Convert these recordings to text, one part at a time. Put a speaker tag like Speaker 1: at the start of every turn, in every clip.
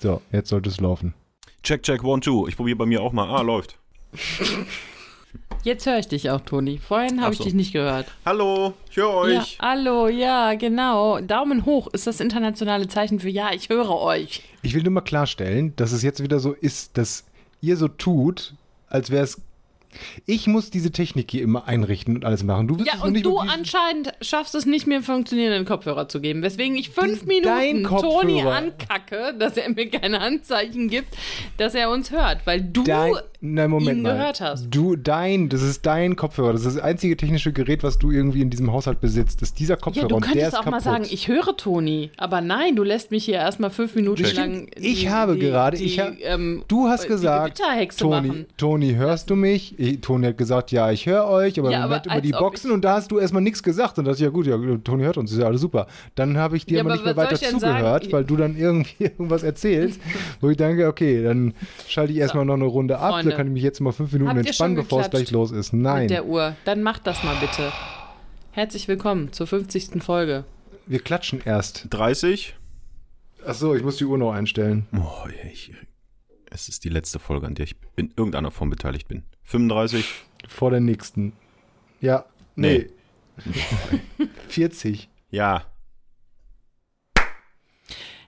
Speaker 1: So, jetzt sollte es laufen.
Speaker 2: Check, check, one, two. Ich probiere bei mir auch mal. Ah, läuft.
Speaker 3: Jetzt höre ich dich auch, Toni. Vorhin habe
Speaker 2: Ach
Speaker 3: ich
Speaker 2: so.
Speaker 3: dich nicht gehört.
Speaker 2: Hallo, ich höre
Speaker 3: Ja,
Speaker 2: euch.
Speaker 3: hallo, ja, genau. Daumen hoch ist das internationale Zeichen für Ja, ich höre euch.
Speaker 1: Ich will nur mal klarstellen, dass es jetzt wieder so ist, dass ihr so tut, als wäre es. Ich muss diese Technik hier immer einrichten und alles machen. Du wirst es
Speaker 3: Ja,
Speaker 1: noch
Speaker 3: und
Speaker 1: nicht
Speaker 3: du
Speaker 1: mal-
Speaker 3: anscheinend schaffst es nicht, mir einen funktionierenden Kopfhörer zu geben, weswegen ich fünf
Speaker 1: Diesen- dein
Speaker 3: Minuten
Speaker 1: Kopfhörer.
Speaker 3: Toni ankacke, dass er mir keine Anzeichen gibt, dass er uns hört, weil du
Speaker 1: dein, nein, Moment
Speaker 3: ihn
Speaker 1: mal.
Speaker 3: gehört hast.
Speaker 1: Du, dein, das ist dein Kopfhörer. Das ist das einzige technische Gerät, was du irgendwie in diesem Haushalt besitzt. Das ist dieser Kopfhörer.
Speaker 3: Ja, du
Speaker 1: und der ist
Speaker 3: könntest auch mal
Speaker 1: kaputt.
Speaker 3: sagen, ich höre Toni, aber nein, du lässt mich hier erstmal fünf Minuten
Speaker 1: Check.
Speaker 3: lang.
Speaker 1: Ich habe gerade- ich ha- Du hast
Speaker 3: ähm, die
Speaker 1: gesagt,
Speaker 3: Gewitterhexe
Speaker 1: Toni,
Speaker 3: machen.
Speaker 1: Toni, hörst du mich? Ich, Toni hat gesagt, ja, ich höre euch, aber
Speaker 3: Ja,
Speaker 1: wir
Speaker 3: aber
Speaker 1: reden über
Speaker 3: als
Speaker 1: die
Speaker 3: ob
Speaker 1: Boxen
Speaker 3: ich-
Speaker 1: und da hast du erstmal nichts gesagt. Und dachte ich, ja gut, ja, Toni hört uns, ist ja alles super. Dann habe ich dir
Speaker 3: Ja,
Speaker 1: aber
Speaker 3: aber
Speaker 1: nicht mehr
Speaker 3: was soll
Speaker 1: weiter
Speaker 3: ich denn
Speaker 1: zugehört,
Speaker 3: sagen?
Speaker 1: weil du dann irgendwie irgendwas erzählst, wo ich denke, okay, dann schalte ich erstmal noch eine Runde ab,
Speaker 3: Freunde.
Speaker 1: da kann ich mich jetzt mal fünf Minuten
Speaker 3: Habt ihr
Speaker 1: entspannen,
Speaker 3: schon
Speaker 1: bevor es
Speaker 3: geklatscht?
Speaker 1: gleich los ist.
Speaker 3: mit
Speaker 1: Nein,
Speaker 3: der Uhr. Dann macht das mal bitte. Herzlich willkommen zur 50. Folge.
Speaker 1: wir klatschen erst.
Speaker 2: 30.
Speaker 1: Achso, ich muss die Uhr noch einstellen.
Speaker 2: Oh, ich, es ist die letzte Folge, an der ich in irgendeiner Form beteiligt bin. 35.
Speaker 1: Vor der nächsten. Ja, nee. 40.
Speaker 2: Ja.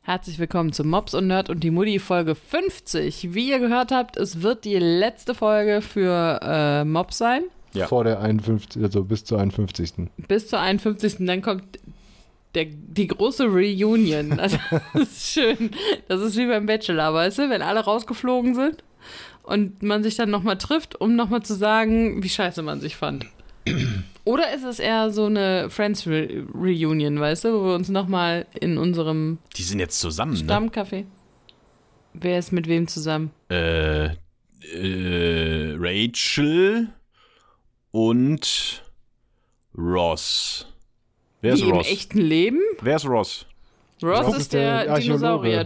Speaker 3: Herzlich willkommen zu Mobs und Nerd und die Mutti Folge 50. Wie ihr gehört habt, es wird die letzte Folge für äh, Mobs sein.
Speaker 2: Ja.
Speaker 1: Vor der 51, also bis zur 51.
Speaker 3: Bis zur 51. Dann kommt der, die große Reunion. Also, das ist schön. Das ist wie beim Bachelor, weißt du, wenn alle rausgeflogen sind und man sich dann nochmal trifft, um nochmal zu sagen, wie scheiße man sich fand. Oder ist es eher so eine Friends Re Reunion, weißt du, wo wir uns nochmal in unserem
Speaker 2: Die sind jetzt zusammen,
Speaker 3: Stammcafé. Wer ist mit wem zusammen?
Speaker 2: ne? Äh, äh, Rachel und Ross. Wer ist
Speaker 3: Wie im
Speaker 2: Ross?
Speaker 3: echten Leben?
Speaker 2: Wer ist Ross?
Speaker 3: Ross
Speaker 1: Ross
Speaker 3: ist der,
Speaker 1: der Archäologe.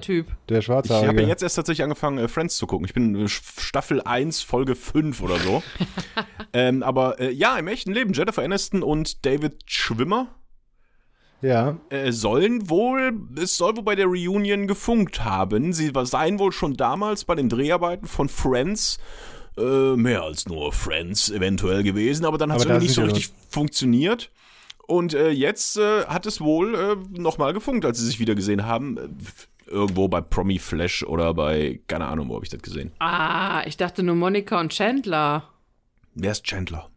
Speaker 3: Dinosaurier-Typ.
Speaker 1: Der
Speaker 2: Ich habe ja
Speaker 1: Schwarzhaarige.
Speaker 2: jetzt erst tatsächlich angefangen, äh, Friends zu gucken. Ich bin äh, Sch- Staffel 1, Folge 5 oder so. ähm, aber äh, ja, im echten Leben, Jennifer Aniston und David Schwimmer
Speaker 1: Ja,
Speaker 2: äh, sollen wohl, es soll wohl bei der Reunion gefunkt haben. Sie war- seien wohl schon damals bei den Dreharbeiten von Friends äh, mehr als nur Friends eventuell gewesen, aber dann hat
Speaker 1: Aber
Speaker 2: es
Speaker 1: da
Speaker 2: irgendwie nicht so
Speaker 1: sind wir
Speaker 2: richtig funktioniert. Und äh, jetzt äh, hat es wohl äh, nochmal gefunkt, als sie sich wieder gesehen haben. Äh, Irgendwo bei Promi Flash oder bei, keine Ahnung, wo habe ich das gesehen.
Speaker 3: Ah, ich dachte nur Monika und Chandler.
Speaker 2: Wer ist Chandler?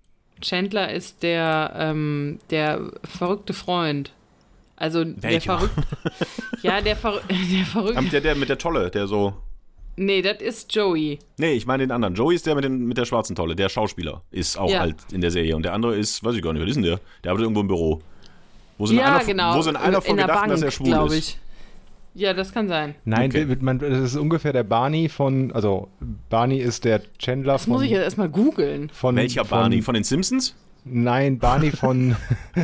Speaker 3: Chandler ist der, ähm, der verrückte Freund. Also der
Speaker 2: Welcher?
Speaker 3: verrückte. Ja, der, Ver der verrückte.
Speaker 2: Ähm, Der, der mit der Tolle, der so.
Speaker 3: Nee, das ist Joey.
Speaker 2: Nee, ich meine den anderen. Joey ist der mit, den, mit der schwarzen Tolle, der Schauspieler. Ist auch
Speaker 3: Ja.
Speaker 2: halt in der Serie. Und der andere ist, weiß ich gar nicht, wer ist denn der? Der arbeitet irgendwo im Büro. Wo sie in
Speaker 3: ja,
Speaker 2: einer,
Speaker 3: genau.
Speaker 2: Wo sie in einer Folge
Speaker 3: der
Speaker 2: dachten,
Speaker 3: Bank,
Speaker 2: dass er schwul
Speaker 3: glaub
Speaker 2: ist.
Speaker 3: ich. Ja, das kann sein.
Speaker 1: nein,
Speaker 2: Okay.
Speaker 1: der- man, das ist ungefähr der Barney von, also Barney ist der Chandler
Speaker 3: Das
Speaker 1: von,
Speaker 3: muss ich jetzt erstmal googeln.
Speaker 1: von
Speaker 2: Welcher
Speaker 1: von,
Speaker 2: Barney? Von den Simpsons?
Speaker 1: Nein, Barney von,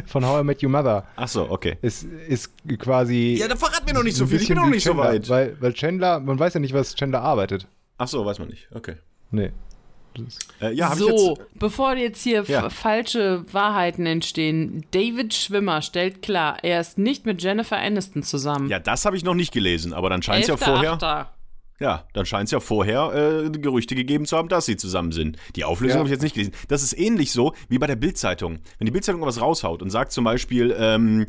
Speaker 1: von How I Met Your Mother
Speaker 2: Ach so, okay.
Speaker 1: ist, ist quasi
Speaker 2: Ja, da verrat mir noch nicht
Speaker 1: ein
Speaker 2: so viel. Ich
Speaker 1: bisschen
Speaker 2: bin noch
Speaker 1: wie
Speaker 2: nicht so
Speaker 1: Chandler,
Speaker 2: weit.
Speaker 1: Weil, weil Chandler, man weiß ja nicht, was Chandler arbeitet.
Speaker 2: Ach so, weiß man nicht. Okay.
Speaker 1: Nee.
Speaker 2: Äh, ja, hab ich
Speaker 3: so,
Speaker 2: jetzt.
Speaker 3: bevor jetzt hier f-
Speaker 2: Ja.
Speaker 3: falsche Wahrheiten entstehen, David Schwimmer stellt klar, er ist nicht mit Jennifer Aniston zusammen.
Speaker 2: Ja, das habe ich noch nicht gelesen, aber dann scheint es ja
Speaker 3: Elfter,
Speaker 2: vorher.
Speaker 3: Achter.
Speaker 2: Ja, dann scheint es ja vorher äh, Gerüchte gegeben zu haben, dass sie zusammen sind. Die Auflösung
Speaker 1: Ja.
Speaker 2: habe ich jetzt nicht gelesen. Das ist ähnlich so wie bei der Bildzeitung. Wenn die Bildzeitung was raushaut und sagt zum Beispiel, ähm,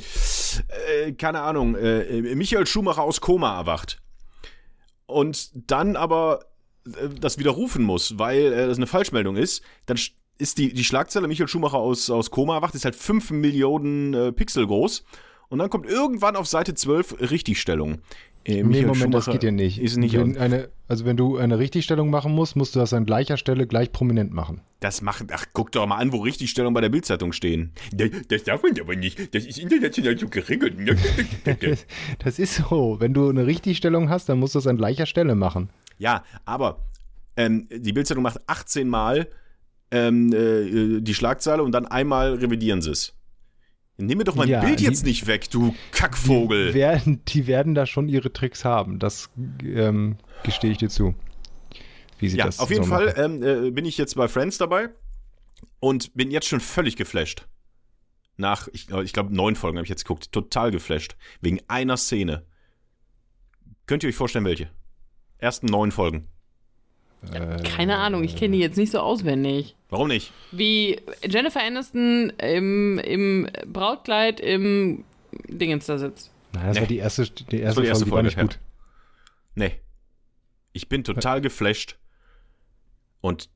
Speaker 2: äh, keine Ahnung, äh, Michael Schumacher aus Koma erwacht und dann aber äh, das widerrufen muss, weil äh, das eine Falschmeldung ist, dann sch- ist die, die Schlagzeile Michael Schumacher aus, aus Koma erwacht, ist halt 5 Millionen äh, Pixel groß. Und dann kommt irgendwann auf Seite 12 Richtigstellung. Äh,
Speaker 1: Nee,
Speaker 2: Michael
Speaker 1: Moment, das
Speaker 2: Schumacher
Speaker 1: geht ja nicht.
Speaker 2: Ist nicht
Speaker 1: wenn eine, also wenn du eine Richtigstellung machen musst, musst du das an gleicher Stelle gleich prominent machen.
Speaker 2: Das machen, ach, guck doch mal an, wo Richtigstellungen bei der Bildzeitung stehen. Das, das darf man aber nicht. Das ist international so geregelt.
Speaker 1: Das ist so. Wenn du eine Richtigstellung hast, dann musst du das an gleicher Stelle machen.
Speaker 2: ja, aber ähm, die Bildzeitung macht 18 Mal ähm, äh, die Schlagzeile und dann einmal revidieren sie es. Nimm mir doch mein
Speaker 1: Ja,
Speaker 2: Bild
Speaker 1: die-
Speaker 2: jetzt nicht weg, du Kackvogel.
Speaker 1: Die werden, die werden da schon ihre Tricks haben. Das ähm, gestehe ich dir zu. Wie sie
Speaker 2: ja,
Speaker 1: das
Speaker 2: auf jeden
Speaker 1: so
Speaker 2: Fall
Speaker 1: machen.
Speaker 2: ähm, äh, bin ich jetzt bei Friends dabei und bin jetzt schon völlig geflasht. Nach, ich, äh, ich glaube, neun Folgen habe ich jetzt geguckt. Total geflasht. Wegen einer Szene. Könnt ihr euch vorstellen, welche? ersten neun Folgen?
Speaker 1: Äh,
Speaker 3: Keine Ahnung, ich kenne die jetzt nicht so auswendig.
Speaker 2: Warum nicht?
Speaker 3: Wie Jennifer Aniston im, im Brautkleid im Dingens da sitzt.
Speaker 1: Nein, das
Speaker 2: Nee.
Speaker 1: war die erste, die erste,
Speaker 2: war die erste
Speaker 1: Folge, die war
Speaker 2: Folge,
Speaker 1: nicht gut.
Speaker 2: Nee. Ich bin total geflasht und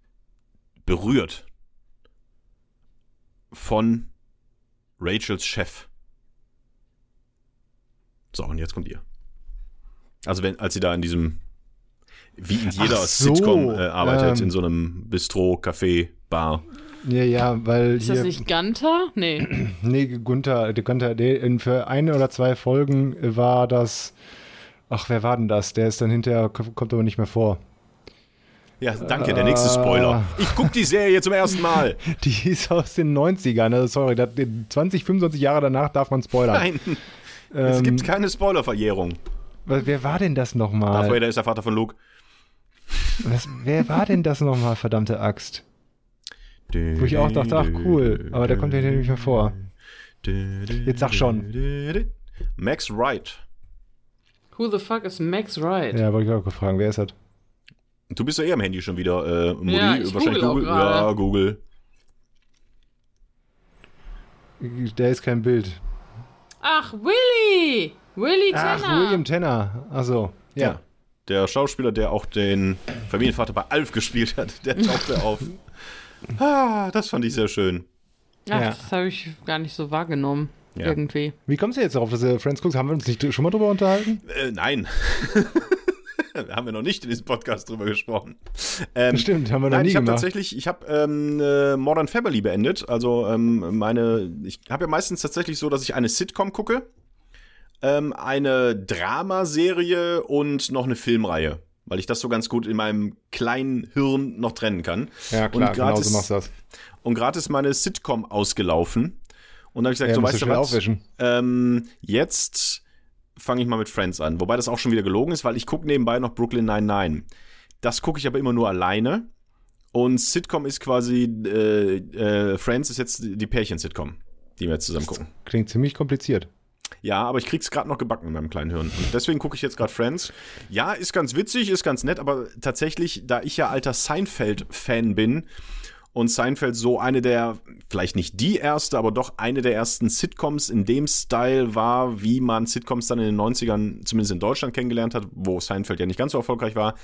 Speaker 2: berührt von Rachels Chef. So, und jetzt kommt ihr. Also, wenn, als sie da in diesem, wie in jeder
Speaker 1: Ach so,
Speaker 2: Sitcom äh, arbeitet,
Speaker 1: ähm.
Speaker 2: in so einem Bistro, Café, Bar.
Speaker 1: Ja, ja, weil
Speaker 3: Ist
Speaker 1: hier,
Speaker 3: das nicht Gunther? Nee.
Speaker 1: nee, Gunther, der Gunther, der in, für eine oder zwei Folgen war das, ach, wer war denn das? Der ist dann hinterher, kommt aber nicht mehr vor.
Speaker 2: Ja, danke, der nächste
Speaker 1: Ah.
Speaker 2: Spoiler. Ich guck die Serie zum ersten Mal.
Speaker 1: Die ist aus den 90ern, also sorry, das, 20, 25 Jahre danach darf man spoilern.
Speaker 2: Nein, es gibt keine Spoilerverjährung.
Speaker 1: Wer wer war denn das
Speaker 2: Darth
Speaker 1: nochmal?
Speaker 2: Vader ist der Vater von Luke.
Speaker 1: Was, wer war denn das nochmal, verdammte Axt? Wo ich auch dachte, ach cool, aber der kommt ja nicht mehr vor.
Speaker 2: Jetzt
Speaker 1: sag schon.
Speaker 2: Max Wright.
Speaker 3: Who the fuck is Max Wright?
Speaker 1: Ja, wollte ich auch fragen, wer ist das?
Speaker 2: Du bist ja eh am Handy schon wieder, äh, Mutti.
Speaker 3: Ja, ich
Speaker 2: Wahrscheinlich
Speaker 3: google auch
Speaker 2: Google.
Speaker 3: gerade.
Speaker 2: Ja, Google.
Speaker 1: Der ist kein Bild.
Speaker 3: Ach, Willy! Willy Tanner!
Speaker 1: Ach, William Tanner. Achso, ja.
Speaker 2: Ja. Der Schauspieler, der auch den Familienvater bei Alf gespielt hat, der tauchte auf. Ah, das fand ich sehr schön.
Speaker 3: Ach,
Speaker 1: Ja.
Speaker 3: das habe ich gar nicht so wahrgenommen.
Speaker 2: Ja.
Speaker 3: Irgendwie.
Speaker 1: Wie kommst du jetzt darauf, dass du Friends guckst? Haben wir uns nicht schon mal drüber unterhalten?
Speaker 2: Äh, nein. haben wir noch nicht in diesem Podcast drüber gesprochen. Ähm,
Speaker 1: Stimmt, haben wir noch
Speaker 2: Nein,
Speaker 1: nie
Speaker 2: ich habe
Speaker 1: gemacht.
Speaker 2: tatsächlich, ich habe ähm, äh, Modern Family beendet. Also ähm, meine, ich habe ja meistens tatsächlich so, dass ich eine Sitcom gucke, ähm, eine Dramaserie und noch eine Filmreihe, weil ich das so ganz gut in meinem kleinen Hirn noch trennen kann.
Speaker 1: Ja, klar,
Speaker 2: und
Speaker 1: genau
Speaker 2: gratis,
Speaker 1: so machst du das.
Speaker 2: Und gerade ist meine Sitcom ausgelaufen. Und da habe ich gesagt,
Speaker 1: Ja,
Speaker 2: so
Speaker 1: musst
Speaker 2: weißt du
Speaker 1: schnell
Speaker 2: was,
Speaker 1: aufwischen.
Speaker 2: ähm, jetzt fange ich mal mit Friends an. Wobei das auch schon wieder gelogen ist, weil ich gucke nebenbei noch Brooklyn 99. Das gucke ich aber immer nur alleine. Und Sitcom ist quasi, äh, äh, Friends ist jetzt die Pärchen-Sitcom, die wir jetzt zusammen gucken.
Speaker 1: Klingt ziemlich kompliziert.
Speaker 2: Ja, aber ich krieg's gerade noch gebacken in meinem kleinen Hirn. Und deswegen gucke ich jetzt gerade Friends. Ja, ist ganz witzig, ist ganz nett, aber tatsächlich, da ich ja alter Seinfeld-Fan bin und Seinfeld so eine der, vielleicht nicht die erste, aber doch eine der ersten Sitcoms in dem Style war, wie man Sitcoms dann in den 90ern, zumindest in Deutschland, kennengelernt hat, wo Seinfeld ja nicht ganz so erfolgreich war.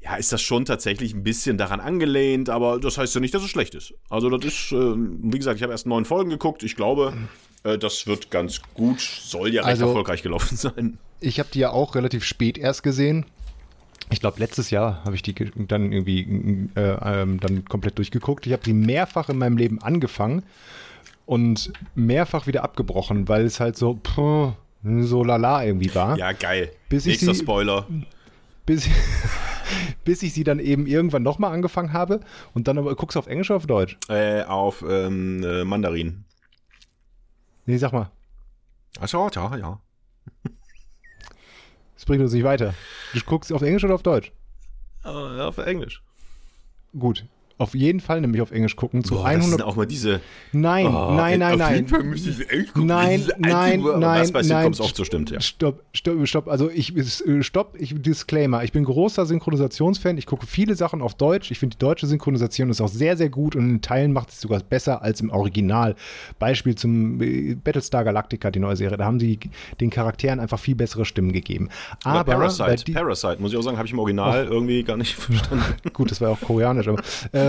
Speaker 2: Ja, ist das schon tatsächlich ein bisschen daran angelehnt, aber das heißt ja nicht, dass es schlecht ist. Also, das ist, ähm, wie gesagt, ich habe erst neun Folgen geguckt. Ich glaube, äh, das wird ganz gut, soll ja recht
Speaker 1: Also-
Speaker 2: erfolgreich gelaufen sein.
Speaker 1: Ich habe die ja auch relativ spät erst gesehen. Ich glaube, letztes Jahr habe ich die ge- dann irgendwie äh, ähm, dann komplett durchgeguckt. Ich habe sie mehrfach in meinem Leben angefangen und mehrfach wieder abgebrochen, weil es halt so, puh, so lala irgendwie war.
Speaker 2: Ja, geil.
Speaker 1: Bis ich
Speaker 2: Nächster
Speaker 1: sie-
Speaker 2: Spoiler.
Speaker 1: Bis, bis ich sie dann eben irgendwann nochmal angefangen habe und dann aber guckst du auf Englisch oder auf Deutsch?
Speaker 2: Äh, auf ähm, äh, Mandarin.
Speaker 1: Nee, sag mal,
Speaker 2: Achso, ja, ja.
Speaker 1: das bringt uns nicht weiter. Du guckst auf Englisch oder auf Deutsch?
Speaker 2: Äh, auf Englisch.
Speaker 1: Gut. Auf jeden Fall nämlich auf Englisch gucken. Zu
Speaker 2: Boah, das
Speaker 1: 100.
Speaker 2: sind auch mal diese.
Speaker 1: Nein,
Speaker 2: Oh,
Speaker 1: nein, nein,
Speaker 2: auf
Speaker 1: nein.
Speaker 2: Jeden Fall müssen sie Englisch gucken.
Speaker 1: Nein,
Speaker 2: Das ist das
Speaker 1: nein,
Speaker 2: Einzige, wo-
Speaker 1: nein,
Speaker 2: Was bei Sitcoms
Speaker 1: nein.
Speaker 2: oft so stimmt, ja.
Speaker 1: Stopp, stopp, stopp. Also ich äh, stopp, ich Disclaimer. Ich bin großer Synchronisationsfan. Ich gucke viele Sachen auf Deutsch. Ich finde die deutsche Synchronisation ist auch sehr, sehr gut und in Teilen macht es sogar besser als im Original. Beispiel zum äh, Battlestar Galactica, die neue Serie. Da haben sie den Charakteren einfach viel bessere Stimmen gegeben. Aber bei
Speaker 2: Parasite,
Speaker 1: die-
Speaker 2: Parasite, muss ich auch sagen, habe ich im Original irgendwie gar nicht verstanden.
Speaker 1: Gut, das war ja auch koreanisch, aber. Ähm,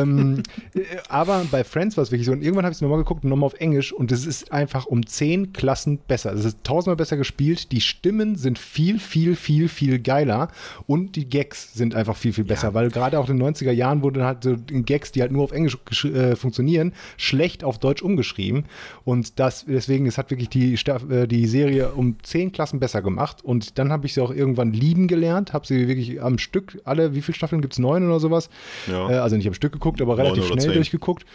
Speaker 1: äh, aber bei Friends war es wirklich so. Und irgendwann habe ich es nochmal geguckt und nochmal auf Englisch. Und es ist einfach um zehn Klassen besser. Es ist tausendmal besser gespielt. Die Stimmen sind viel, viel, viel, viel geiler. Und die Gags sind einfach viel, viel besser. Weil gerade auch in den 90er Jahren wurden halt so Gags, die halt nur auf Englisch gesch- äh, funktionieren, schlecht auf Deutsch umgeschrieben. Und das, deswegen, es hat wirklich die, Staff- äh, die Serie um zehn Klassen besser gemacht. Und dann habe ich sie auch irgendwann lieben gelernt. Habe sie wirklich am Stück, alle, wie viele Staffeln gibt es? Neun oder sowas?
Speaker 2: Ja.
Speaker 1: Äh, also nicht am Stück geguckt, aber
Speaker 2: Neun
Speaker 1: relativ
Speaker 2: oder
Speaker 1: schnell
Speaker 2: zehn.
Speaker 1: durchgeguckt.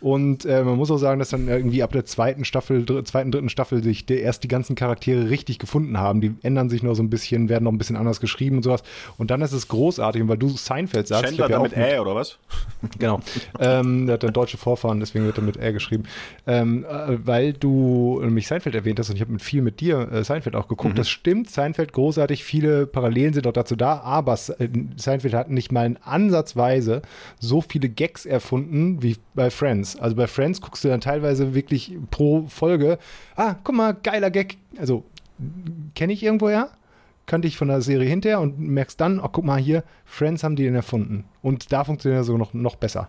Speaker 1: Und äh, man muss auch sagen, dass dann irgendwie ab der zweiten Staffel, dr zweiten, dritten Staffel sich der, erst die ganzen Charaktere richtig gefunden haben. Die ändern sich noch so ein bisschen, werden noch ein bisschen anders geschrieben und sowas. Und dann ist es großartig. Und weil du Seinfeld sagst, ich
Speaker 2: Chandler
Speaker 1: hab ja
Speaker 2: da
Speaker 1: auch
Speaker 2: mit
Speaker 1: mit-
Speaker 2: Ä oder was?
Speaker 1: Genau. ähm, der hat dann deutsche Vorfahren, deswegen wird er mit R geschrieben. Ähm, äh, weil du mich Seinfeld erwähnt hast und ich habe mit viel mit dir äh, Seinfeld auch geguckt. Das stimmt, Seinfeld großartig, viele Parallelen sind auch dazu da, aber Se- äh, Seinfeld hat nicht mal in ansatzweise so viele Gags erfunden wie bei Friends. Also bei Friends guckst du dann teilweise wirklich pro Folge, ah, guck mal, geiler Gag. Also kenne ich irgendwoher, kannte ich von der Serie hinterher und merkst dann, oh, guck mal hier, Friends haben die den erfunden. Und da funktioniert er sogar noch, noch besser.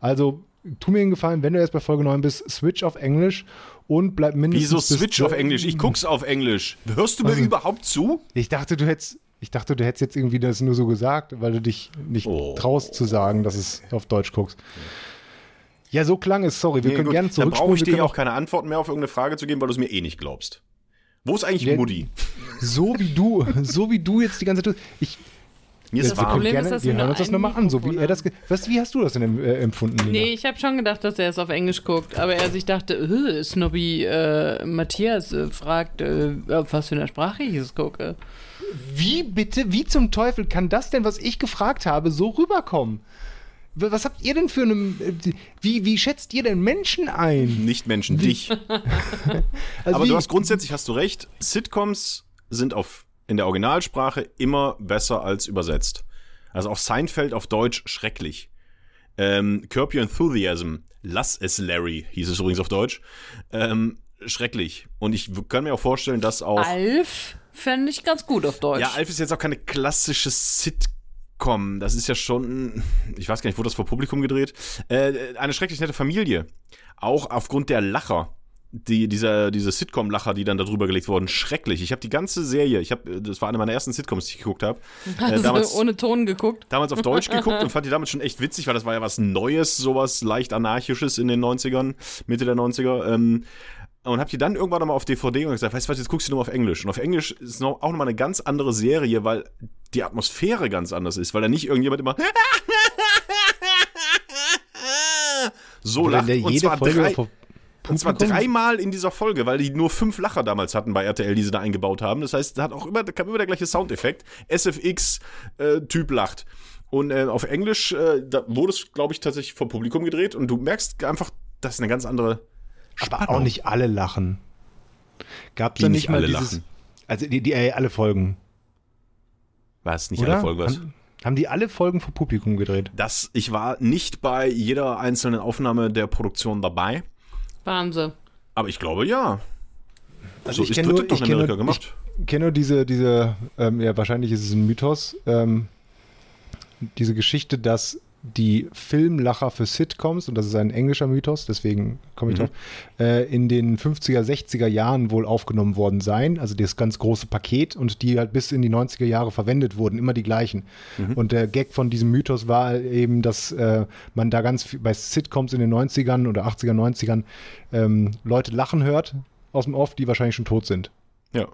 Speaker 1: Also, tu mir den Gefallen, wenn du erst bei Folge 9 bist, switch auf Englisch und bleib mindestens.
Speaker 2: Wieso
Speaker 1: bis
Speaker 2: Switch
Speaker 1: zur-
Speaker 2: auf Englisch? Ich guck's auf Englisch. Hörst du mir
Speaker 1: Also-
Speaker 2: überhaupt zu?
Speaker 1: Ich dachte, du hättest. Ich dachte, du hättest jetzt irgendwie das nur so gesagt, weil du dich nicht
Speaker 2: Oh.
Speaker 1: traust zu sagen, dass es auf Deutsch guckst. Ja, so klang es, sorry. Wir
Speaker 2: Nee,
Speaker 1: können
Speaker 2: gut,
Speaker 1: gerne
Speaker 2: Dann
Speaker 1: zurückspulen.
Speaker 2: brauche ich
Speaker 1: wir
Speaker 2: dir
Speaker 1: können
Speaker 2: ja auch keine Antworten mehr auf irgendeine Frage zu geben, weil du es mir eh nicht glaubst. Wo ist eigentlich
Speaker 1: Ja,
Speaker 2: Mutti?
Speaker 1: So wie du, so wie du jetzt die ganze Zeit. Ich,
Speaker 2: Mir ist
Speaker 1: wir können
Speaker 2: warm.
Speaker 3: Problem ist,
Speaker 1: gerne,
Speaker 3: dass
Speaker 1: wir
Speaker 3: wir
Speaker 1: hören
Speaker 3: nur
Speaker 1: uns das
Speaker 3: ein
Speaker 1: nochmal an, so wie
Speaker 3: Mikrofon
Speaker 1: er das. ge-
Speaker 3: haben.
Speaker 1: Was, wie hast du das denn äh, empfunden? Nina?
Speaker 3: Nee, ich habe schon gedacht, dass er es auf Englisch guckt, aber er sich dachte, äh, Snobby äh, Matthias äh, fragt, äh, auf was für eine Sprache ich es gucke.
Speaker 1: Wie bitte, wie zum Teufel kann das denn, was ich gefragt habe, so rüberkommen? W- Was habt ihr denn für einen. äh, Wie, wie schätzt ihr denn Menschen ein?
Speaker 2: Nicht Menschen, dich.
Speaker 1: Also
Speaker 2: Aber
Speaker 1: wie,
Speaker 2: du hast grundsätzlich hast du recht. Sitcoms sind auf in der Originalsprache immer besser als übersetzt. Also auch Seinfeld auf Deutsch schrecklich. Ähm, Curb Your Enthusiasm, lass es Larry, hieß es übrigens auf Deutsch. Ähm, schrecklich. Und ich w- kann mir auch vorstellen, dass auch
Speaker 3: Alf fände ich ganz gut auf Deutsch.
Speaker 2: ja, Alf ist jetzt auch keine klassische Sitcom. Das ist ja schon, ich weiß gar nicht, wurde das vor Publikum gedreht? Äh, eine schrecklich nette Familie. Auch aufgrund der Lacher. Die, dieser, diese Sitcom-Lacher, die dann darüber gelegt wurden, schrecklich. Ich habe die ganze Serie, ich habe, das war eine meiner ersten Sitcoms, die ich geguckt habe. Äh,
Speaker 3: also
Speaker 2: damals,
Speaker 3: ohne Ton geguckt.
Speaker 2: damals auf Deutsch geguckt und fand die damals schon echt witzig, weil das war ja was Neues, sowas leicht Anarchisches in den 90ern, Mitte der 90er. Ähm, und hab die dann irgendwann nochmal auf DVD und gesagt, weißt du was, jetzt guckst du nur mal auf Englisch. Und auf Englisch ist noch, auch nochmal eine ganz andere Serie, weil die Atmosphäre ganz anders ist, weil da nicht irgendjemand immer so
Speaker 1: Oder in
Speaker 2: lacht.
Speaker 1: der
Speaker 2: Und
Speaker 1: jede
Speaker 2: zwar,
Speaker 1: Folge
Speaker 2: drei,
Speaker 1: vor
Speaker 2: und zwar
Speaker 1: Publikum?
Speaker 2: dreimal in dieser Folge, weil die nur fünf Lacher damals hatten bei RTL, die sie da eingebaut haben. Das heißt, da hat auch immer, da kam immer der gleiche Soundeffekt. SFX-Typ äh, lacht. Und äh, auf Englisch, äh, da wurde es, glaube ich, tatsächlich vor Publikum gedreht und du merkst einfach, das ist eine ganz andere
Speaker 1: Aber auch nicht alle lachen. Gab's
Speaker 2: Wie
Speaker 1: da
Speaker 2: nicht
Speaker 1: nicht mal
Speaker 2: alle
Speaker 1: dieses.
Speaker 2: lachen?
Speaker 1: Also die, die, äh, alle Folgen.
Speaker 2: War es nicht
Speaker 1: Oder?
Speaker 2: alle Folge was?
Speaker 1: Haben, haben die alle Folgen vor Publikum gedreht?
Speaker 2: Das, ich war nicht bei jeder einzelnen Aufnahme der Produktion dabei,
Speaker 3: Wahnsinn.
Speaker 2: aber ich glaube ja.
Speaker 1: Also
Speaker 2: so ist
Speaker 1: kenn
Speaker 2: Dritte doch
Speaker 1: ich
Speaker 2: in
Speaker 1: kenn
Speaker 2: Amerika
Speaker 1: nur-
Speaker 2: gemacht.
Speaker 1: Ich kenne nur diese, diese ähm, ja, wahrscheinlich ist es ein Mythos, ähm, diese Geschichte, dass die Filmlacher für Sitcoms, und das ist ein englischer Mythos, deswegen komme ich drauf, äh, in den 50er, 60er Jahren wohl aufgenommen worden sein, also das ganz große Paket und die halt bis in die 90er Jahre verwendet wurden, immer die gleichen. Und der Gag von diesem Mythos war eben, dass äh, man da ganz viel, bei Sitcoms in den 90ern oder 80er, 90ern ähm, Leute lachen hört aus dem Off, die wahrscheinlich schon tot sind.
Speaker 2: ja.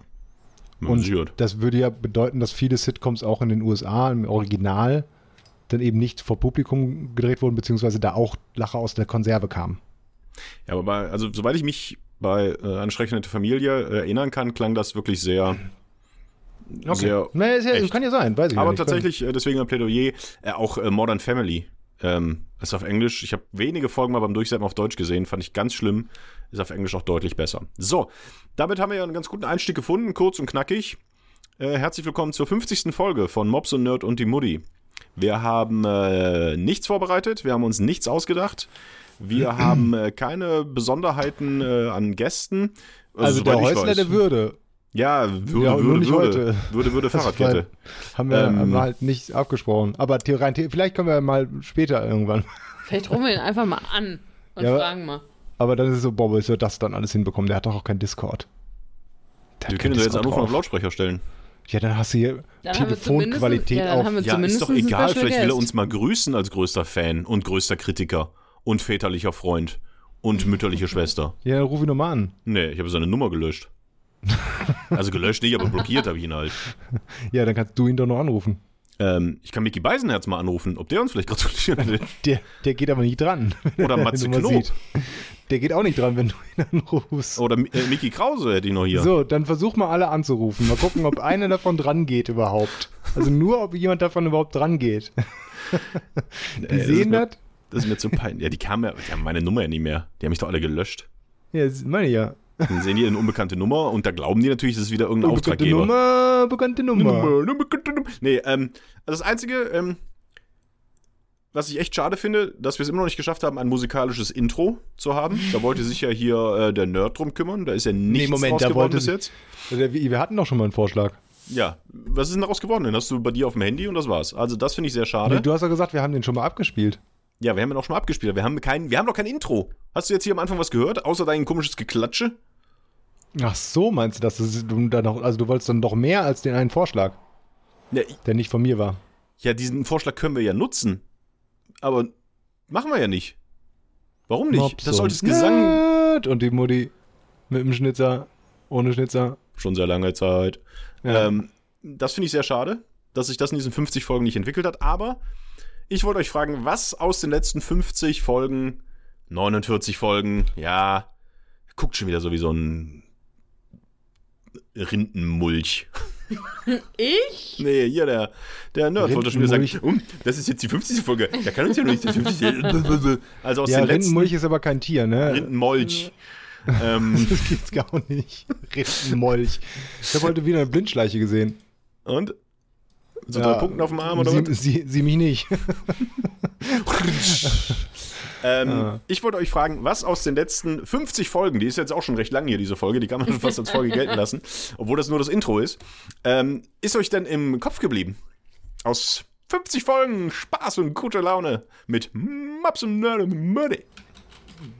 Speaker 2: Man
Speaker 1: Und
Speaker 2: sieht.
Speaker 1: das würde ja bedeuten, dass viele Sitcoms auch in den USA im Original dann eben nicht vor Publikum gedreht wurden, beziehungsweise da auch Lacher aus der Konserve kamen.
Speaker 2: Ja, aber bei, also soweit ich mich bei äh, eine schreckliche nette Familie äh, erinnern kann, klang das wirklich sehr, sehr.
Speaker 1: Na, ist ja,
Speaker 2: echt.
Speaker 1: kann ja sein, weiß ich ja
Speaker 2: Aber
Speaker 1: nicht.
Speaker 2: tatsächlich, äh, deswegen ein Plädoyer, äh, auch äh, Modern Family ähm, ist auf Englisch. Ich habe wenige Folgen mal beim Durchsetzen auf Deutsch gesehen, fand ich ganz schlimm. Ist auf Englisch auch deutlich besser. So, damit haben wir ja einen ganz guten Einstieg gefunden, kurz und knackig. Äh, herzlich willkommen zur 50. Folge von Mobs und Nerd und die Mutti. Wir haben äh, nichts vorbereitet, wir haben uns nichts ausgedacht. Wir haben äh, keine Besonderheiten äh, an Gästen.
Speaker 1: Also
Speaker 2: soweit
Speaker 1: der
Speaker 2: ich
Speaker 1: Häusler
Speaker 2: weiß.
Speaker 1: der Würde,
Speaker 2: Ja, würde,
Speaker 1: Ja, und nur
Speaker 2: würde,
Speaker 1: nicht
Speaker 2: würde,
Speaker 1: heute.
Speaker 2: würde, würde,
Speaker 1: Das
Speaker 2: Fahrradkette.
Speaker 1: war- haben wir,
Speaker 2: Ähm.
Speaker 1: haben wir halt nicht abgesprochen. Aber the- rein, the- vielleicht können wir mal später irgendwann.
Speaker 3: Vielleicht rufen wir ihn einfach mal an und
Speaker 1: Ja, aber-
Speaker 3: fragen mal.
Speaker 1: Aber dann ist es so, Bob, willst du das dann alles hinbekommen? Der hat doch auch kein Discord. Der hat kein
Speaker 2: Wir können sie jetzt
Speaker 1: Discord
Speaker 2: anrufen und auf
Speaker 1: drauf.
Speaker 2: Lautsprecher stellen.
Speaker 1: Ja, dann hast du hier
Speaker 3: Dann haben wir zumindest-
Speaker 1: Telefonqualität
Speaker 3: ja, dann
Speaker 1: auf.
Speaker 3: haben wir
Speaker 2: Ja, ist
Speaker 3: Also zumindest
Speaker 2: doch
Speaker 3: einen
Speaker 2: egal.
Speaker 3: Special
Speaker 2: Vielleicht will er
Speaker 3: Guest.
Speaker 2: uns mal grüßen als größter Fan und größter Kritiker und väterlicher Freund und mütterliche Schwester.
Speaker 1: Ja, dann ruf ihn nochmal an.
Speaker 2: Nee, ich habe seine Nummer gelöscht. Also gelöscht nicht, aber blockiert habe ich ihn halt.
Speaker 1: Ja, dann kannst du ihn doch noch anrufen.
Speaker 2: Ähm, ich kann Mickey Beisenherz mal anrufen, ob der uns vielleicht gratulieren will.
Speaker 1: Der, der geht aber nicht dran.
Speaker 2: Oder
Speaker 1: wenn
Speaker 2: Matze
Speaker 1: du mal
Speaker 2: Knob.
Speaker 1: siehst. Der geht auch nicht dran, wenn du ihn anrufst.
Speaker 2: Oder Mi- äh, Mickey Krause hätte ich noch hier.
Speaker 1: So, dann versuch mal alle anzurufen. Mal gucken, ob einer davon dran geht überhaupt. Also nur, ob jemand davon überhaupt dran geht. Die
Speaker 2: Ey, Äh, das ist
Speaker 1: sehen
Speaker 2: mir-
Speaker 1: das?
Speaker 2: Das ist mir zu peinlich. Ja, die kamen ja, die haben meine Nummer ja nie mehr. Die haben mich doch alle gelöscht.
Speaker 1: Ja, das meine ich ja.
Speaker 2: Dann sehen die eine unbekannte Nummer und da glauben die natürlich, das ist wieder irgendein
Speaker 1: Bekannte
Speaker 2: Auftraggeber.
Speaker 1: Nummer, bekannte Nummer.
Speaker 2: Nummer, Nummer, bekannte Nummer. Nee, ähm, also das Einzige, ähm, was ich echt schade finde, dass wir es immer noch nicht geschafft haben, ein musikalisches Intro zu haben. Da wollte sich ja hier äh, der Nerd drum kümmern. Da ist ja nichts nee,
Speaker 1: Moment,
Speaker 2: Moment,
Speaker 1: da
Speaker 2: raus geworden
Speaker 1: wollte
Speaker 2: bis
Speaker 1: sie-
Speaker 2: jetzt.
Speaker 1: Wir wir hatten doch schon mal einen Vorschlag.
Speaker 2: Ja, was ist denn daraus geworden? Den hast du bei dir auf dem Handy und das war's. Also das finde ich sehr
Speaker 1: Nee,
Speaker 2: schade.
Speaker 1: du hast ja gesagt, wir haben den schon mal abgespielt.
Speaker 2: ja, wir haben ihn auch schon mal abgespielt. Wir haben, kein, wir haben doch kein Intro. Hast du jetzt hier am Anfang was gehört, außer dein komisches Geklatsche?
Speaker 1: Ach so, meinst du das? Das ist- du da noch, also du wolltest dann noch mehr als den einen Vorschlag,
Speaker 2: Ja, ich,
Speaker 1: der nicht von mir war.
Speaker 2: ja, diesen Vorschlag können wir ja nutzen. Aber machen wir ja nicht. Warum nicht?
Speaker 1: Mobs
Speaker 2: das sollte das
Speaker 1: und
Speaker 2: Gesang...
Speaker 1: Nerd Und die Mutti mit dem Schnitzer, ohne Schnitzer.
Speaker 2: schon sehr lange Zeit.
Speaker 1: Ja.
Speaker 2: Ähm, das finde ich sehr schade, dass sich das in diesen 50 Folgen nicht entwickelt hat. Aber ich wollte euch fragen, was aus den letzten 50 Folgen, 49 Folgen, ja, guckt schon wieder so wie so ein Rindenmulch.
Speaker 3: Ich?
Speaker 2: Nee, hier der, der Nerd wollte schon wieder sagen,
Speaker 1: Rindenmulch.
Speaker 2: um, das ist jetzt die 50. Folge. Da kann uns ja noch nicht die 50. Also aus
Speaker 1: ja,
Speaker 2: den letzten
Speaker 1: Rindenmulch ist aber kein Tier, ne?
Speaker 2: Rindenmolch. ähm,
Speaker 1: das gibt's gar nicht. Rindenmolch. Ich habe heute wieder eine Blindschleiche gesehen.
Speaker 2: und? So
Speaker 1: Ja.
Speaker 2: drei Punkte auf dem Arm oder was?
Speaker 1: Sie, sie, sie mich nicht.
Speaker 2: Ähm,
Speaker 1: Ah.
Speaker 2: Ich wollte euch fragen, was aus den letzten 50 Folgen, die ist jetzt auch schon recht lang hier, diese Folge, die kann man fast als Folge gelten lassen, obwohl das nur das Intro ist, ähm, ist euch denn im Kopf geblieben? Aus 50 Folgen Spaß und gute Laune mit Maps und Nerd und Muddy.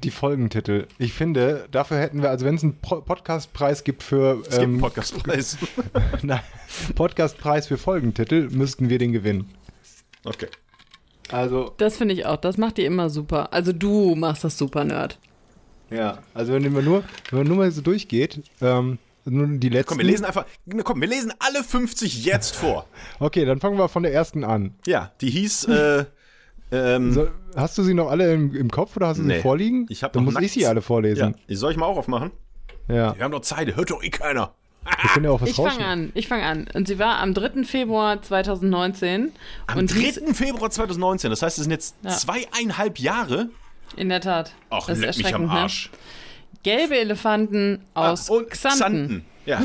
Speaker 1: Die Folgentitel. Ich finde, dafür hätten wir, also wenn es einen Pro Podcastpreis gibt für
Speaker 2: Es gibt einen
Speaker 1: ähm,
Speaker 2: Podcastpreis.
Speaker 1: nein, Podcastpreis für Folgentitel, müssten wir den gewinnen.
Speaker 2: Okay.
Speaker 1: Also,
Speaker 3: Das finde ich auch. Das macht ihr immer super. Also du machst das super, Nerd.
Speaker 1: ja. Also wenn man nur, wenn man nur mal so durchgeht, ähm, nur die letzten.
Speaker 2: Komm, wir lesen einfach, na komm, wir lesen alle 50 jetzt vor.
Speaker 1: Okay, dann fangen wir von der ersten an.
Speaker 2: Ja, die hieß, äh, ähm,
Speaker 1: So, hast du sie noch alle im, im Kopf oder hast du
Speaker 2: Nee.
Speaker 1: sie vorliegen?
Speaker 2: Ich hab
Speaker 1: dann
Speaker 2: noch
Speaker 1: muss ich
Speaker 2: nackt-
Speaker 1: sie alle
Speaker 2: ja,
Speaker 1: vorlesen.
Speaker 2: soll ich mal auch aufmachen?
Speaker 1: Ja.
Speaker 2: Wir haben doch Zeit, hört doch eh keiner.
Speaker 1: Wir können ja auch was
Speaker 3: Ich fange
Speaker 1: rausschneiden.
Speaker 3: an. Ich fange an. Und sie war am 3. Februar 2019.
Speaker 2: Am
Speaker 3: und hieß-
Speaker 2: 3. Februar 2019, das heißt, es sind jetzt
Speaker 3: Ja.
Speaker 2: zweieinhalb Jahre.
Speaker 3: In der Tat.
Speaker 2: Ach,
Speaker 3: Das ist
Speaker 2: leck mich am
Speaker 3: erschreckend,
Speaker 2: Arsch. Ah,
Speaker 3: Ne? Gelbe Elefanten aus
Speaker 2: und
Speaker 3: Xanten.
Speaker 2: Xanten. Ja.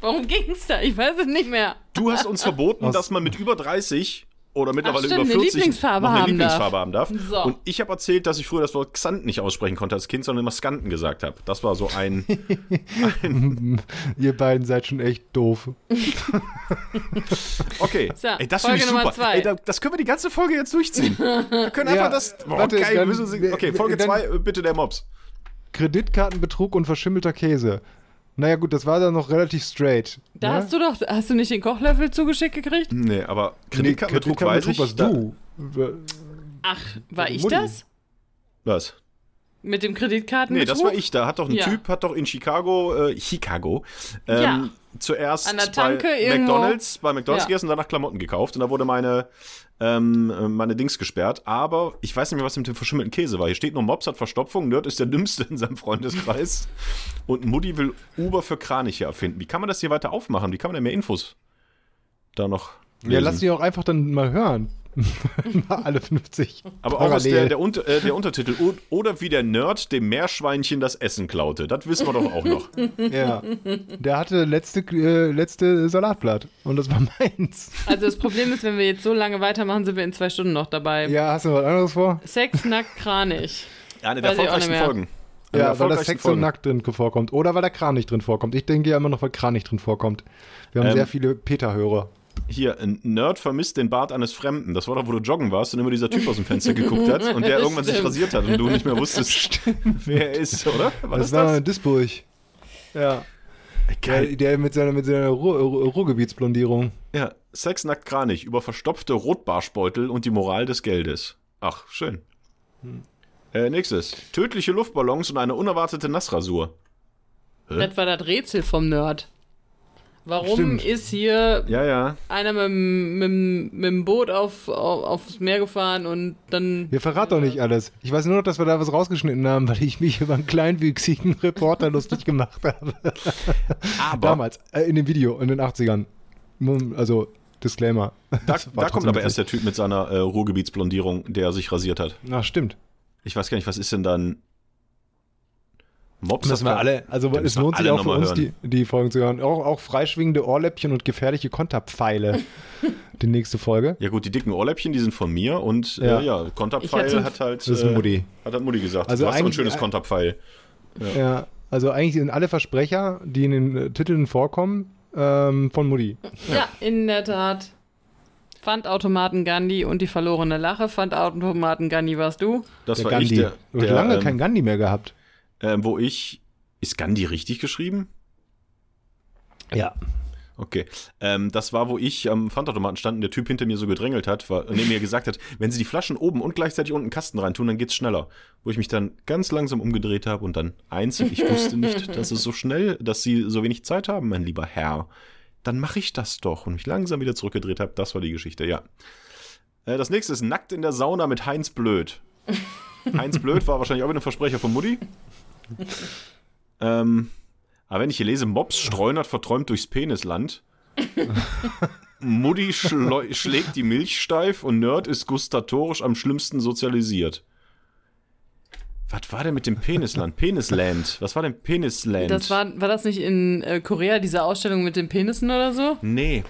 Speaker 3: Warum ging's da? Ich weiß es nicht mehr.
Speaker 2: Du hast uns verboten, dass man mit über 30 oder mittlerweile
Speaker 3: Ach, stimmt,
Speaker 2: über
Speaker 3: eine
Speaker 2: 40
Speaker 3: Lieblingsfarbe
Speaker 2: noch eine
Speaker 3: haben
Speaker 2: Lieblingsfarbe
Speaker 3: darf.
Speaker 2: haben darf.
Speaker 3: So.
Speaker 2: Und ich habe erzählt, dass ich früher das Wort Xanten nicht aussprechen konnte als Kind, sondern immer Skanten gesagt habe. Das war so ein.
Speaker 1: Ihr beiden seid schon echt doof.
Speaker 2: Okay.
Speaker 3: So,
Speaker 2: Ey, das finde
Speaker 3: Folge
Speaker 2: ich
Speaker 3: Nummer
Speaker 2: super.
Speaker 3: zwei.
Speaker 2: Ey, da, das können wir die ganze Folge jetzt durchziehen. Wir können
Speaker 1: Ja,
Speaker 2: einfach das. Boah,
Speaker 1: warte,
Speaker 2: geil,
Speaker 1: dann-
Speaker 2: wir müssen singen. Okay, Folge
Speaker 1: dann-
Speaker 2: 2, bitte der Mops.
Speaker 1: Kreditkartenbetrug und verschimmelter Käse. Naja gut, das war dann noch relativ straight.
Speaker 3: Da
Speaker 1: ne?
Speaker 3: hast du doch, hast du nicht den Kochlöffel zugeschickt gekriegt?
Speaker 2: Nee, aber
Speaker 1: Nee,
Speaker 2: Kreditkartenbetrug weiß ich.
Speaker 1: was
Speaker 2: da-
Speaker 1: du.
Speaker 3: Ach, war ich
Speaker 1: Mutti.
Speaker 3: das?
Speaker 2: Was?
Speaker 3: Mit dem Kreditkartenbetrug?
Speaker 2: Nee, das war ich. Da hat doch ein
Speaker 3: Ja.
Speaker 2: Typ, hat doch in Chicago, äh, Chicago, ähm,
Speaker 3: Ja.
Speaker 2: zuerst
Speaker 3: An der Tanke
Speaker 2: bei
Speaker 3: irgendwo.
Speaker 2: McDonalds, bei McDonalds
Speaker 3: Ja.
Speaker 2: gegessen und danach Klamotten gekauft. Und da wurde meine, ähm, meine Dings gesperrt. Aber ich weiß nicht mehr, was mit dem verschimmelten Käse war. Hier steht nur, Mops hat Verstopfung, Nerd ist der Dümmste in seinem Freundeskreis. und Mutti will Uber für Kraniche erfinden. Wie kann man das hier weiter aufmachen? Wie kann man denn mehr Infos da noch lesen?
Speaker 1: Ja, lass die doch einfach dann mal hören. mal alle 50.
Speaker 2: Aber auch
Speaker 1: Parallel.
Speaker 2: aus der, der, Unter, äh, der Untertitel. O- Oder wie der Nerd dem Meerschweinchen das Essen klaute. Das wissen wir doch auch noch.
Speaker 1: Ja. Der hatte letzte, äh, letzte Salatblatt. Und das war meins.
Speaker 3: Also das Problem ist, wenn wir jetzt so lange weitermachen, sind wir in zwei Stunden noch dabei.
Speaker 1: Ja, hast du noch was anderes vor?
Speaker 3: Sex, nackt, Kranich.
Speaker 2: Eine der
Speaker 3: Weiß ich auch
Speaker 2: erfolgreichsten
Speaker 3: nicht mehr.
Speaker 2: Folgen. Eine der
Speaker 1: Ja, weil das
Speaker 2: erfolgreichsten
Speaker 1: Sex
Speaker 2: Folgen.
Speaker 1: und Nackt drin vorkommt. Oder weil da Kranich drin vorkommt. Ich denke ja immer noch, weil Kranich drin vorkommt. Wir haben
Speaker 2: Ähm.
Speaker 1: sehr viele Peter-Hörer.
Speaker 2: Hier, ein Nerd vermisst den Bart eines Fremden. Das war doch, wo du joggen warst und immer dieser Typ aus dem Fenster geguckt hat und der irgendwann sich
Speaker 3: Stimmt.
Speaker 2: rasiert hat und du nicht mehr wusstest, wer er ist, oder? War
Speaker 1: Das
Speaker 2: das
Speaker 1: war
Speaker 2: das?
Speaker 1: in Duisburg. Ja. Der,
Speaker 2: Geil.
Speaker 1: der mit seiner, mit seiner Ruhr, Ruhr- Ruhrgebietsblondierung.
Speaker 2: Ja, Sex nackt Kranich über verstopfte Rotbarschbeutel und die Moral des Geldes. Ach, schön.
Speaker 1: Hm.
Speaker 2: Äh, nächstes. Tödliche Luftballons und eine unerwartete Nassrasur.
Speaker 3: Das war das Rätsel vom Nerd. Warum
Speaker 1: Stimmt.
Speaker 3: ist hier
Speaker 2: Ja, ja.
Speaker 3: einer mit, dem- mit, dem- mit dem Boot auf, auf, aufs Meer gefahren und dann.
Speaker 1: Wir verraten doch nicht alles. Ich weiß nur noch, dass wir da was rausgeschnitten haben, weil ich mich über einen kleinwüchsigen Reporter lustig gemacht habe.
Speaker 2: Aber
Speaker 1: Damals, äh, in dem Video, in den 80ern. Nun, Also, Disclaimer.
Speaker 2: da,
Speaker 1: Das war
Speaker 2: da kommt
Speaker 1: trotzdem
Speaker 2: aber erst
Speaker 1: witzig.
Speaker 2: der Typ mit seiner äh, Ruhrgebietsblondierung, der sich rasiert hat.
Speaker 1: Na, stimmt.
Speaker 2: Ich weiß gar nicht, was ist denn dann Mobs?
Speaker 1: Müssen wir alle, also
Speaker 2: Da
Speaker 1: es
Speaker 2: müssen wir
Speaker 1: lohnt sich
Speaker 2: alle
Speaker 1: auch für
Speaker 2: nochmal
Speaker 1: uns, die,
Speaker 2: hören.
Speaker 1: die Folgen zu hören. Auch, auch freischwingende Ohrläppchen und gefährliche Konterpfeile. die nächste Folge.
Speaker 2: Ja gut, die dicken Ohrläppchen, die sind von mir und
Speaker 1: Ja.
Speaker 2: äh, ja
Speaker 3: Ich hatte-
Speaker 2: Konterpfeil hat halt
Speaker 1: Das ist Mutti.
Speaker 2: Äh, hat halt Mutti gesagt.
Speaker 1: Also
Speaker 2: du hast so ein
Speaker 1: eigentlich-
Speaker 2: schönes Konterpfeil.
Speaker 1: Ja. also eigentlich sind alle Versprecher, die in den äh, Titeln vorkommen, ähm, von Mutti.
Speaker 3: Ja, in der Tat. Pfandautomaten Gandhi und die verlorene Lache. Pfandautomaten Gandhi warst du.
Speaker 2: Das
Speaker 1: Der
Speaker 2: war
Speaker 1: Gandhi.
Speaker 2: ich, der,
Speaker 1: du hast
Speaker 2: der
Speaker 1: lange
Speaker 2: ähm,
Speaker 1: keinen Gandhi mehr gehabt.
Speaker 2: ähm, wo ich ist Gandhi richtig geschrieben?
Speaker 1: Ja.
Speaker 2: Okay. Ähm, das war, wo ich am Pfandautomaten stand und der Typ hinter mir so gedrängelt hat, war, nee, mir gesagt hat, wenn sie die Flaschen oben und gleichzeitig unten in den Kasten reintun, dann geht's schneller. Wo ich mich dann ganz langsam umgedreht habe und dann eins, ich wusste nicht, dass es so schnell, dass sie so wenig Zeit haben, mein lieber Herr. Dann mache ich das doch und mich langsam wieder zurückgedreht habe. Das war die Geschichte, ja. Äh, das nächste ist Nackt in der Sauna mit Heinz Blöd. Heinz Blöd war wahrscheinlich auch wieder ein Versprecher von Mutti. ähm, aber wenn ich hier lese, Mobs streunert verträumt durchs Penisland. Mutti schleu- schlägt die Milch steif und Nerd ist gustatorisch am schlimmsten sozialisiert. Was war denn mit dem Penisland? Penisland. Was war denn Penisland?
Speaker 3: Das war, war das nicht in äh, Korea, diese Ausstellung mit den Penissen oder so?
Speaker 2: Nee,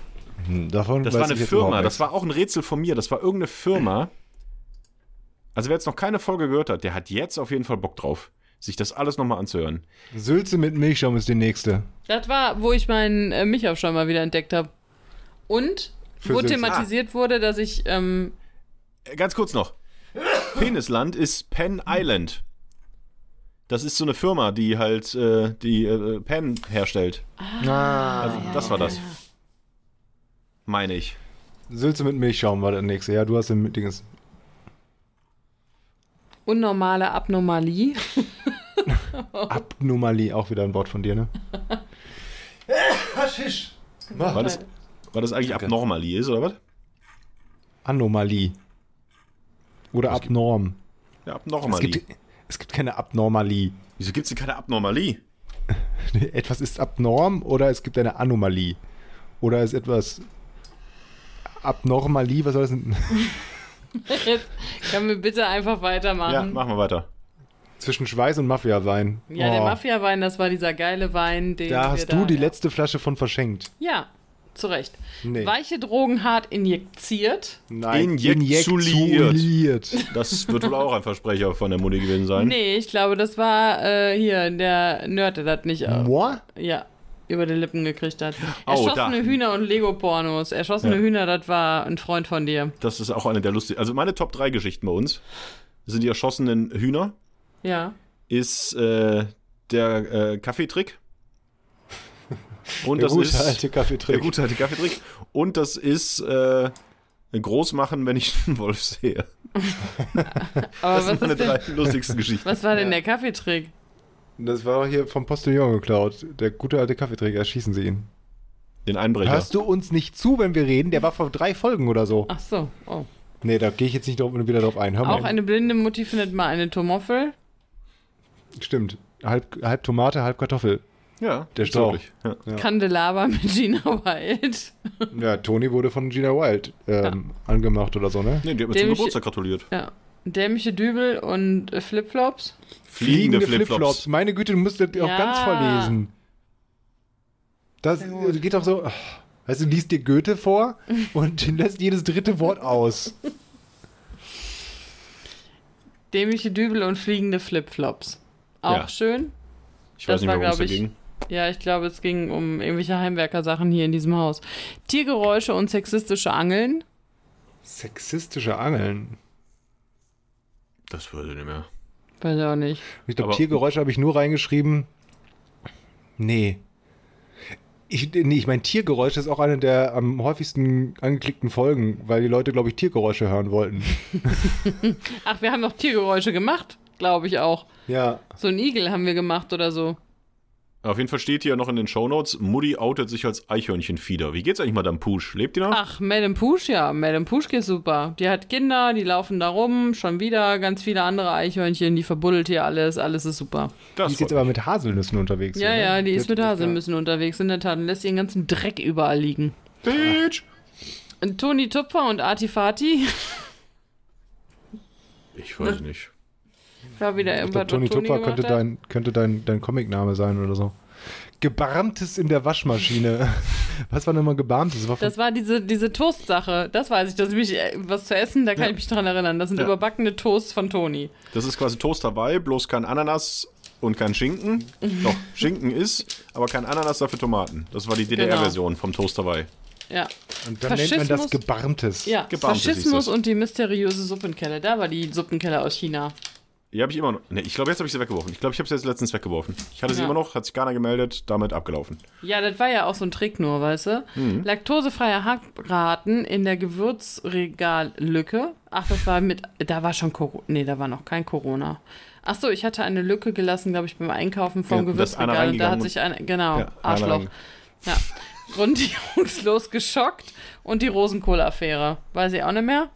Speaker 1: Hm, Davon
Speaker 2: das
Speaker 1: weiß
Speaker 2: war eine
Speaker 1: ich jetzt
Speaker 2: Firma.
Speaker 1: überhaupt
Speaker 2: Das war auch ein Rätsel von mir. Das war irgendeine Firma. Also wer jetzt noch keine Folge gehört hat, der hat jetzt auf jeden Fall Bock drauf, sich das alles nochmal anzuhören.
Speaker 1: nichts. Sülze mit Milchschaum ist die nächste.
Speaker 3: Das war, wo ich meinen äh, Michael schon mal wieder entdeckt habe. Und
Speaker 1: Für
Speaker 3: wo
Speaker 1: Sülze.
Speaker 3: thematisiert wurde, dass ich. Ähm,
Speaker 2: Äh, Ganz kurz noch. Penisland ist Penn Island. Das ist so eine Firma, die halt äh, die äh, Penn herstellt. Also das war das. Meine ich.
Speaker 1: Sülze mit Milchschaum war der nächste. Ja, du hast den Dings.
Speaker 3: unnormale Abnormalie.
Speaker 1: Abnormalie, auch wieder ein Wort von dir, ne? Haschisch.
Speaker 2: War das, war das eigentlich Abnormalie ist, oder was?
Speaker 1: Anomalie. Oder abnorm.
Speaker 2: Ja,
Speaker 1: Es
Speaker 2: Abnormalie.
Speaker 1: gibt, es gibt keine Abnormalie.
Speaker 2: Wieso gibt es denn keine Abnormalie?
Speaker 1: Etwas ist abnorm oder es gibt eine Anomalie. Oder ist etwas Abnormalie, was soll das denn?
Speaker 3: Jetzt können wir bitte einfach
Speaker 2: Ja,
Speaker 3: weitermachen.
Speaker 2: machen wir weiter.
Speaker 1: Zwischen Schweiß und Mafia-Wein.
Speaker 3: Ja, der Mafia-Wein, das war dieser geile Wein, den.
Speaker 1: Oh. Da
Speaker 3: wir
Speaker 1: hast du die
Speaker 3: ja.
Speaker 1: letzte Flasche von verschenkt.
Speaker 3: Ja, zu Recht.
Speaker 1: Nee.
Speaker 3: Weiche Drogen hart injiziert.
Speaker 1: Nein,
Speaker 2: Injektuliert.
Speaker 1: injektuliert.
Speaker 2: Das wird wohl auch ein Versprecher von der Mutti gewesen sein.
Speaker 3: Nee, ich glaube, das war äh, hier der Nerd, der das nicht äh,
Speaker 1: Moi?
Speaker 3: ja, über die Lippen gekriegt hat.
Speaker 2: Oh,
Speaker 3: Erschossene
Speaker 2: da.
Speaker 3: Hühner und Lego-Pornos. Erschossene
Speaker 2: Ja.
Speaker 3: Hühner, das war ein Freund von dir.
Speaker 2: Das ist auch eine der lustigen. Also meine Top 3 Geschichten bei uns sind die erschossenen Hühner,
Speaker 3: Ja.
Speaker 2: ist äh, der äh, Kaffeetrick. Und
Speaker 1: Der
Speaker 2: das
Speaker 1: gute
Speaker 2: ist
Speaker 1: alte
Speaker 2: der
Speaker 1: Kaffeetrick.
Speaker 2: gute alte Kaffeetrick. Und das ist äh, groß machen, wenn ich einen Wolf sehe.
Speaker 3: Aber
Speaker 2: Das sind
Speaker 3: was,
Speaker 2: meine
Speaker 3: ist denn,
Speaker 2: drei lustigsten Geschichten.
Speaker 3: was war denn der Kaffeetrick?
Speaker 1: Das war hier vom Postillon geklaut. Der gute alte Kaffeeträger, erschießen sie ihn.
Speaker 2: Den Einbrecher.
Speaker 1: Hörst du uns nicht zu, wenn wir reden? Der war vor drei Folgen oder so.
Speaker 3: Ach so. Oh.
Speaker 1: Nee, da gehe ich jetzt nicht drauf, wieder drauf ein. Hör mal.
Speaker 3: Auch eine blinde Mutti findet mal eine Tomoffel.
Speaker 1: Stimmt. Halb, halb Tomate, halb Kartoffel.
Speaker 2: Ja,
Speaker 1: Der Strauch.
Speaker 2: wirklich. Ja.
Speaker 1: Ja.
Speaker 3: Kandelaber mit Gina Wild.
Speaker 1: Ja, Toni wurde von Gina Wild ähm, angemacht oder so, ne?
Speaker 2: Nee, die hat mir
Speaker 3: Dem
Speaker 2: zum
Speaker 3: ich-
Speaker 2: Geburtstag gratuliert.
Speaker 3: Ja. Dämliche Dübel und äh, Flipflops.
Speaker 2: Fliegende, Flipflops.
Speaker 1: Meine Güte, du musst das auch
Speaker 3: Ja.
Speaker 1: ganz vorlesen. Das äh, geht doch so. ach, Weißt du, liest dir Goethe vor und lässt jedes dritte Wort aus.
Speaker 3: Dämliche Dübel und fliegende Flipflops. Auch
Speaker 2: Ja.
Speaker 3: schön.
Speaker 2: Ich
Speaker 3: Das
Speaker 2: weiß nicht
Speaker 3: war,
Speaker 2: mehr, worum es da
Speaker 3: glaub ich,
Speaker 2: ging.
Speaker 3: Ja, ich glaube, es ging um irgendwelche Heimwerkersachen hier in diesem Haus. Tiergeräusche und sexistische Angeln.
Speaker 1: Sexistische Angeln.
Speaker 2: Das würde ich nicht mehr.
Speaker 3: Weiß ich auch nicht.
Speaker 1: Ich glaube,
Speaker 2: Aber-
Speaker 1: Tiergeräusche habe ich nur reingeschrieben. Nee. Ich, nee, ich meine, Tiergeräusche ist auch eine der am häufigsten angeklickten Folgen, weil die Leute, glaube ich, Tiergeräusche hören wollten.
Speaker 3: Ach, wir haben noch Tiergeräusche gemacht, glaube ich auch.
Speaker 1: Ja.
Speaker 3: So einen Igel haben wir gemacht oder so.
Speaker 2: Auf jeden Fall steht hier noch in den Shownotes, Mutti outet sich als Eichhörnchenfieder. Wie geht's eigentlich Madame Pusch? Lebt die noch?
Speaker 3: Ach, Madame Pusch, ja. Madame Pusch geht super. Die hat Kinder, die laufen da rum, schon wieder ganz viele andere Eichhörnchen, die verbuddelt hier alles, alles ist super.
Speaker 1: Die
Speaker 2: das
Speaker 1: ist jetzt
Speaker 2: freut
Speaker 1: aber mit Haselnüssen unterwegs.
Speaker 3: Ja,
Speaker 1: hier, ne?
Speaker 3: ja, die ist mit
Speaker 1: Ja.
Speaker 3: Haselnüssen unterwegs, in der Tat, und lässt ihren ganzen Dreck überall liegen.
Speaker 2: mich. Bitch!
Speaker 3: Und Toni Tupfer und Artifati,
Speaker 2: Ich weiß
Speaker 3: Ne.
Speaker 2: nicht.
Speaker 3: war wieder
Speaker 1: Ich glaube,
Speaker 3: irgendwas,
Speaker 1: Tony
Speaker 3: was Toni
Speaker 1: Tupfer
Speaker 3: gemacht
Speaker 1: könnte,
Speaker 3: hat.
Speaker 1: dein, könnte dein, dein Comic-Name sein oder so. Gebarmtes in der Waschmaschine. Was war denn mal gebarmtes? Das war von
Speaker 3: Das war diese, diese Toast-Sache, das weiß ich, dass ich mich äh, was zu essen, da kann ich mich dran erinnern. Das sind
Speaker 2: Ja.
Speaker 3: überbackene Toasts von Toni.
Speaker 2: Das ist quasi Toast dabei, bloß kein Ananas und kein Schinken. Doch, Schinken ist, aber kein Ananas, dafür Tomaten. Das war die
Speaker 3: Genau.
Speaker 2: DDR-Version vom Toast dabei.
Speaker 3: Ja.
Speaker 1: Und dann nennt man das
Speaker 3: Faschismus-
Speaker 1: Gebarmtes.
Speaker 3: Ja,
Speaker 2: Gebarmte hieß
Speaker 3: Faschismus
Speaker 2: das.
Speaker 3: und die mysteriöse Suppenkelle. Da war die Suppenkelle aus China.
Speaker 2: Die habe ich immer noch. Ne, ich glaube, jetzt habe ich sie weggeworfen. Ich glaube, ich habe sie jetzt letztens weggeworfen. Ich hatte sie
Speaker 3: Ja.
Speaker 2: immer noch, hat sich keiner gemeldet, damit abgelaufen.
Speaker 3: Ja, das war ja auch so ein Trick nur, weißt du?
Speaker 2: Mhm.
Speaker 3: Laktosefreier Hackraten in der Gewürzregallücke. Ach, das war mit, da war schon Corona. Nee, da war noch kein Corona. Ach so, ich hatte eine Lücke gelassen, glaube ich, beim Einkaufen vom
Speaker 2: Ja, da ist einer
Speaker 3: Gewürzregal. Und da
Speaker 2: reingegangen
Speaker 3: hat sich ein, genau,
Speaker 2: Ja, einer
Speaker 3: Arschloch.
Speaker 2: reinge-
Speaker 3: Ja, grundiungslos geschockt. Und die Rosenkohl-Affäre. Weiß ich auch nicht mehr?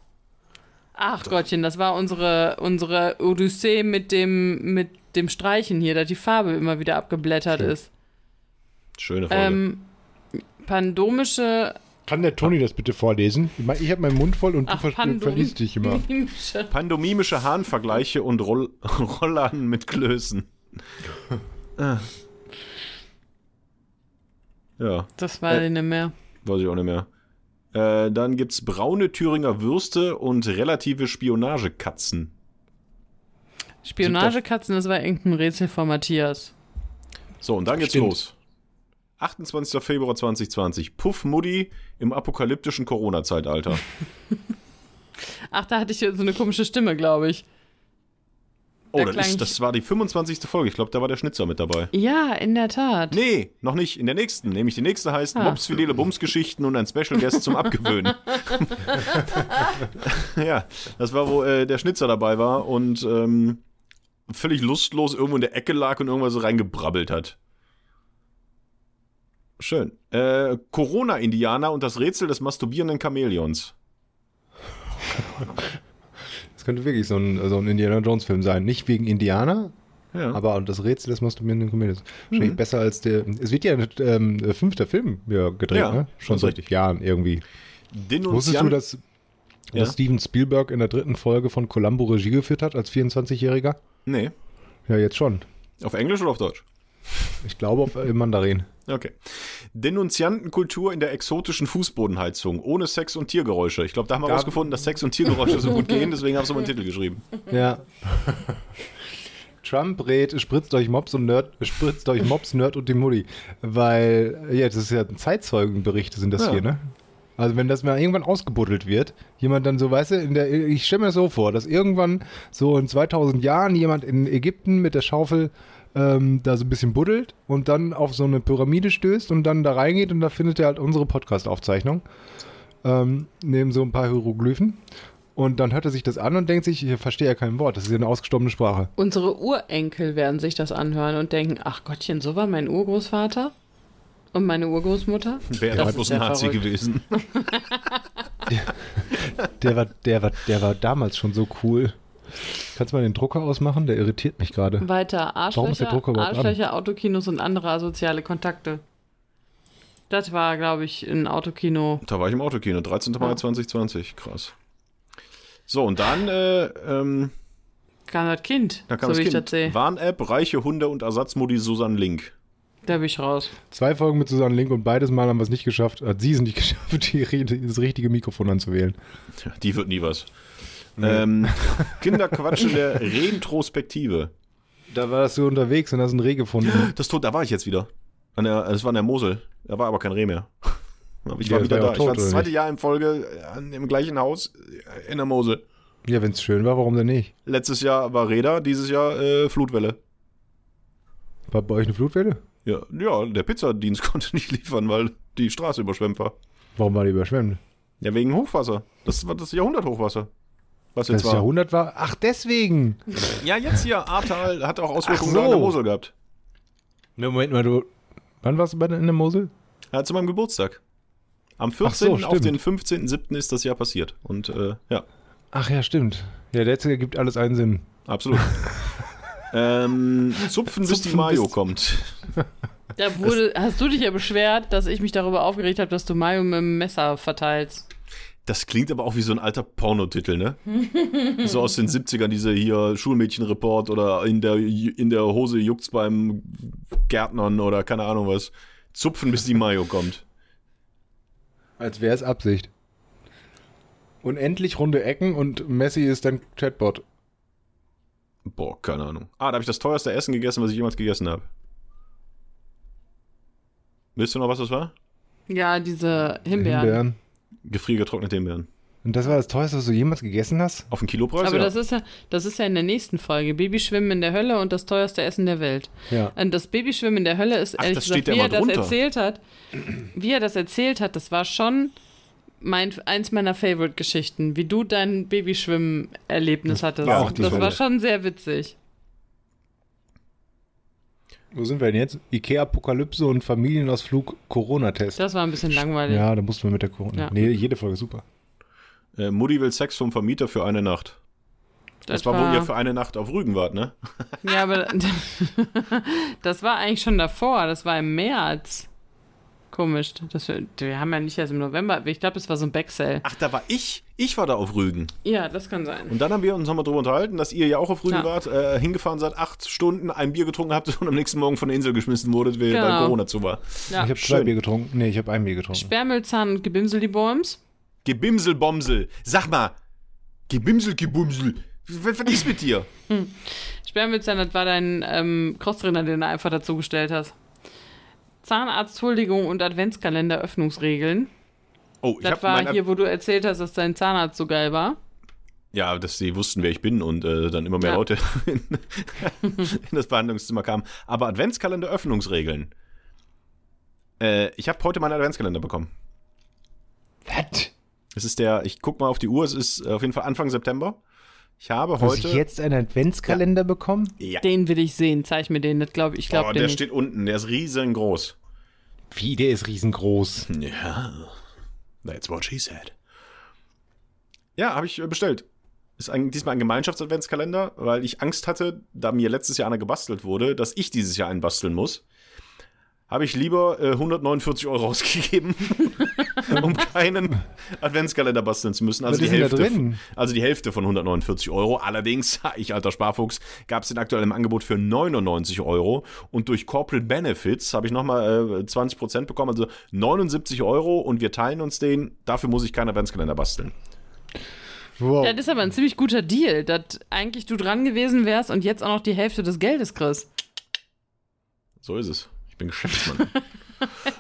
Speaker 3: Ach Gottchen, das war unsere, unsere Odyssee mit dem, mit dem Streichen hier, da die Farbe immer wieder abgeblättert
Speaker 1: Stimmt.
Speaker 3: ist.
Speaker 2: Schöne Folge.
Speaker 3: Ähm, pandomische,
Speaker 1: Kann der Toni das bitte vorlesen? Ich, mein, ich habe meinen Mund voll und du
Speaker 3: Ach,
Speaker 1: ver
Speaker 3: Pandum.
Speaker 1: verliest dich immer.
Speaker 3: pandomische
Speaker 2: Pandomimische Hahnvergleiche und Roll Rollern mit Klößen. Äh. ja,
Speaker 3: das war die nicht mehr.
Speaker 2: weiß ich auch nicht mehr. Äh, dann gibt's braune Thüringer Würste und relative Spionagekatzen.
Speaker 3: Spionagekatzen, das war irgendein Rätsel von Matthias.
Speaker 2: So, und dann geht's
Speaker 1: Stimmt.
Speaker 2: los. 28. Februar 2020. Puff Mutti im apokalyptischen Corona-Zeitalter.
Speaker 3: Ach, da hatte ich so eine komische Stimme, glaube ich.
Speaker 2: Oh,
Speaker 3: Da
Speaker 2: das,
Speaker 3: klang ich-
Speaker 2: ist, das war die 25. Folge. Ich glaube, da war der Schnitzer mit dabei.
Speaker 3: Ja, in der Tat.
Speaker 2: Nee, noch nicht. In der nächsten. Nämlich die nächste heißt
Speaker 3: Ah.
Speaker 2: Mops, Fidele, Bums-Geschichten und ein Special Guest zum Abgewöhnen. ja, das war, wo äh, der Schnitzer dabei war und ähm, völlig lustlos irgendwo in der Ecke lag und irgendwas so reingebrabbelt hat. Schön. Äh, Corona-Indianer und das Rätsel des masturbierenden Chamäleons.
Speaker 1: Das könnte wirklich so ein, so ein Indiana Jones-Film sein. Nicht wegen Indianer,
Speaker 2: Ja.
Speaker 1: aber das Rätsel des masturbierenden Comedians.
Speaker 2: Mhm.
Speaker 1: Wahrscheinlich besser als der. Es wird ja ein ähm, fünfter Film ja, gedreht,
Speaker 2: Ja,
Speaker 1: ne? Schon
Speaker 2: das ist
Speaker 1: seit
Speaker 2: richtig.
Speaker 1: Jahren irgendwie. Wusstest du,
Speaker 2: Denunziant
Speaker 1: dass,
Speaker 2: Ja.
Speaker 1: dass Steven Spielberg in der dritten Folge von Columbo Regie geführt hat als 24-Jähriger?
Speaker 2: Nee.
Speaker 1: Ja, jetzt schon.
Speaker 2: Auf Englisch oder auf Deutsch?
Speaker 1: Ich glaube auf äh, Mandarin.
Speaker 2: Okay. Denunziantenkultur in der exotischen Fußbodenheizung, ohne Sex und Tiergeräusche. Ich glaube, da haben wir
Speaker 1: Da-
Speaker 2: rausgefunden, dass Sex und Tiergeräusche so gut gehen, deswegen haben sie mal einen Titel geschrieben.
Speaker 1: Ja. Trump rät, spritzt euch Mobs und Nerd, spritzt euch Mobs, Nerd und die Mutti. Weil, ja, das ist ja ein Zeitzeugenbericht, sind das
Speaker 2: Ja.
Speaker 1: hier, ne? Also wenn das mal irgendwann ausgebuddelt wird, jemand dann so, weißt du, in der, ich stelle mir das so vor, dass irgendwann so in 2000 Jahren jemand in Ägypten mit der Schaufel ähm, da so ein bisschen buddelt und dann auf so eine Pyramide stößt und dann da reingeht und da findet er halt unsere Podcast-Aufzeichnung ähm, neben so ein paar Hieroglyphen. Und dann hört er sich das an und denkt sich, ich verstehe ja kein Wort, das ist ja eine ausgestorbene Sprache.
Speaker 3: Unsere Urenkel werden sich das anhören und denken, ach Gottchen, so war mein Urgroßvater und meine Urgroßmutter.
Speaker 1: Hm.
Speaker 2: Wäre
Speaker 3: Das
Speaker 2: ja,
Speaker 3: ist
Speaker 2: bloß
Speaker 3: ja
Speaker 2: ein Nazi
Speaker 3: verrückt.
Speaker 2: gewesen.
Speaker 1: Der war, der war, der war damals schon so cool. Kannst du mal den Drucker ausmachen? Der irritiert mich gerade.
Speaker 3: Weiter
Speaker 1: Warum ist der
Speaker 3: Arschlöcher,
Speaker 1: Drucker überhaupt an?
Speaker 3: Arschlöcher Autokinos und andere asoziale Kontakte. Das war, glaube ich, ein Autokino.
Speaker 2: Da war ich im Autokino, 13. Mai
Speaker 3: Ja.
Speaker 2: 2020. Krass. So, und dann, äh, ähm,
Speaker 3: Kam das Kind,
Speaker 2: da kam
Speaker 3: so wie
Speaker 2: das
Speaker 3: ich das sehe.
Speaker 2: Kind. Warn-App, reiche Hunde und Ersatzmodi Susan Link.
Speaker 3: Da bin ich raus.
Speaker 1: Zwei Folgen mit Susanne Link und beides Mal haben wir es nicht geschafft, hat sie es nicht geschafft, die, ri- das richtige Mikrofon anzuwählen.
Speaker 2: Tja, Die wird nie was. Ähm, Kinderquatsch in der Retrospektive.
Speaker 1: Da warst du unterwegs und hast einen Reh gefunden.
Speaker 2: Das Tod, da war ich jetzt wieder. An der, das war an der Mosel. Da war aber kein Reh mehr. Aber ich
Speaker 1: Ja,
Speaker 2: war wieder
Speaker 1: war ja auch
Speaker 2: da. ich war
Speaker 1: tot,
Speaker 2: das
Speaker 1: oder
Speaker 2: zweite Jahr in Folge äh, im gleichen Haus äh, in der Mosel.
Speaker 1: Ja, wenn es schön war, warum denn nicht?
Speaker 2: Letztes Jahr war Räder, dieses Jahr äh, Flutwelle.
Speaker 1: War bei euch eine Flutwelle?
Speaker 2: Ja, ja, der Pizzadienst konnte nicht liefern, weil die Straße überschwemmt war.
Speaker 1: Warum war die überschwemmt?
Speaker 2: Ja, wegen Hochwasser. Das war das Jahrhunderthochwasser. Was jetzt
Speaker 1: Das
Speaker 2: war.
Speaker 1: Jahrhundert war. Ach, deswegen!
Speaker 2: ja, jetzt hier, Ahrtal hat auch Auswirkungen
Speaker 1: Ach so.
Speaker 2: an der Mosel gehabt.
Speaker 1: Ne, Moment mal, du. Wann warst du bei der, in der Mosel?
Speaker 2: Ja, zu meinem Geburtstag. Am
Speaker 1: Ach so,
Speaker 2: 14. auf
Speaker 1: stimmt.
Speaker 2: den 15.07. ist das Jahr passiert. Und äh, ja,
Speaker 1: Ach ja, stimmt. Ja, der letzte gibt alles einen Sinn.
Speaker 2: absolut. ähm, zupfen, bis die
Speaker 1: Zupfen,
Speaker 2: Mayo
Speaker 1: bis-
Speaker 2: kommt.
Speaker 3: Da wurde, hast du dich ja beschwert, dass ich mich darüber aufgeregt habe, dass du Mayo mit dem Messer verteilst.
Speaker 2: Das klingt aber auch wie so ein alter Pornotitel, ne? so aus den 70ern, diese hier Schulmädchenreport oder in der, in der Hose juckt's beim Gärtnern oder keine Ahnung was. Zupfen, bis die Mayo kommt.
Speaker 1: Als wäre es Absicht. Unendlich runde Ecken und Messi ist dann Chatbot.
Speaker 2: Boah, keine Ahnung. Ah, da habe ich das teuerste Essen gegessen, was ich jemals gegessen habe. Wisst ihr noch, was das war?
Speaker 3: Ja, diese Himbeeren.
Speaker 1: Himbeeren.
Speaker 2: Gefriergetrocknete Himbeeren.
Speaker 1: Und das war das teuerste, was du jemals gegessen hast?
Speaker 2: Auf den Kilopreis?
Speaker 3: Aber
Speaker 2: ja.
Speaker 3: das ist ja, das ist ja in der nächsten Folge. Babyschwimmen in der Hölle und das teuerste Essen der Welt.
Speaker 1: Ja.
Speaker 3: Und das Babyschwimmen in der Hölle ist
Speaker 2: Ach,
Speaker 3: ehrlich
Speaker 2: das
Speaker 3: gesagt,
Speaker 2: steht ja
Speaker 3: wie er
Speaker 2: immer
Speaker 3: das
Speaker 2: drunter.
Speaker 3: erzählt hat, wie er das erzählt hat, das war schon mein, eins meiner Favorite-Geschichten, wie du dein Babyschwimmen-Erlebnis hattest.
Speaker 1: war auch die
Speaker 3: das war
Speaker 1: Hölle.
Speaker 3: schon sehr witzig.
Speaker 1: Wo sind wir denn jetzt? Ikea-Apokalypse und Familienausflug Corona-Test.
Speaker 3: Das war ein bisschen langweilig.
Speaker 1: Ja, da mussten wir mit der Corona.
Speaker 3: Ja.
Speaker 1: Nee, jede Folge super.
Speaker 2: äh, Mutti will Sex vom Vermieter für eine Nacht. Das, war, wo ihr für eine Nacht auf Rügen wart, ne?
Speaker 3: Ja, aber das war eigentlich schon davor. Das war im März. Komisch. Das, wir, wir haben ja nicht erst im November. Ich glaube, es war so ein Backsale.
Speaker 2: Ach, da war ich. Ich war da auf Rügen.
Speaker 3: Ja, das kann sein.
Speaker 2: Und dann haben wir uns nochmal drüber unterhalten, dass ihr ja auch auf Rügen
Speaker 3: Ja.
Speaker 2: wart, äh, hingefahren seid, acht Stunden ein Bier getrunken habt und am nächsten Morgen von der Insel geschmissen wurdet, weil
Speaker 3: Genau.
Speaker 2: weil Corona zu war.
Speaker 3: Ja.
Speaker 1: ich habe zwei
Speaker 2: schön.
Speaker 1: Bier getrunken. Nee, ich habe ein Bier getrunken.
Speaker 3: Spermelzahn und Gebimsel die Bäums.
Speaker 2: Gebimselbomsel. Sag mal. Gebimsel, gebumsel. Was, was ist mit dir?
Speaker 3: Spermelzahn, das war dein ähm, Crosstrainer, den du einfach dazugestellt hast. Zahnarzthuldigung und Adventskalender-Öffnungsregeln.
Speaker 2: Oh, ich
Speaker 3: Das
Speaker 2: hab
Speaker 3: war
Speaker 2: mein-
Speaker 3: hier, wo du erzählt hast, dass dein Zahnarzt so geil war.
Speaker 2: Ja, dass sie wussten, wer ich bin und äh, dann immer mehr
Speaker 3: Ja.
Speaker 2: Leute in, in das Behandlungszimmer kamen. Aber Adventskalender Öffnungsregeln. Äh, ich habe heute meinen Adventskalender bekommen.
Speaker 1: Was?
Speaker 2: Es ist der, ich guck mal auf die Uhr, es ist äh, auf jeden Fall Anfang September. Ich habe
Speaker 1: Hast
Speaker 2: heute.
Speaker 1: du jetzt einen Adventskalender bekommen?
Speaker 2: Ja.
Speaker 3: Den will ich sehen. Zeig mir den. Das glaub, ich glaube
Speaker 2: oh,
Speaker 3: den
Speaker 2: der
Speaker 3: nicht.
Speaker 2: steht unten, der ist riesengroß.
Speaker 1: Wie, der ist riesengroß.
Speaker 2: Ja. That's what she said. Ja, habe ich äh, bestellt. Ist ein, diesmal ein Gemeinschaftsadventskalender, weil ich Angst hatte, da mir letztes Jahr einer gebastelt wurde, dass ich dieses Jahr einen basteln muss. Habe ich lieber äh, 149 Euro ausgegeben, um keinen Adventskalender basteln zu müssen. Also
Speaker 1: Was
Speaker 2: die,
Speaker 1: ist denn da
Speaker 2: Hälfte,
Speaker 1: drin?
Speaker 2: also die Hälfte von 149 Euro. Allerdings, ich alter Sparfuchs, gab es den aktuell im Angebot für 99 Euro. Und durch Corporate Benefits habe ich nochmal äh, 20% bekommen, also 79 Euro. Und wir teilen uns den. Dafür muss ich keinen Adventskalender basteln.
Speaker 1: Wow.
Speaker 3: Das ist aber ein ziemlich guter Deal, dass eigentlich du dran gewesen wärst und jetzt auch noch die Hälfte des Geldes kriegst.
Speaker 2: So ist es. Ich bin Geschäftsmann.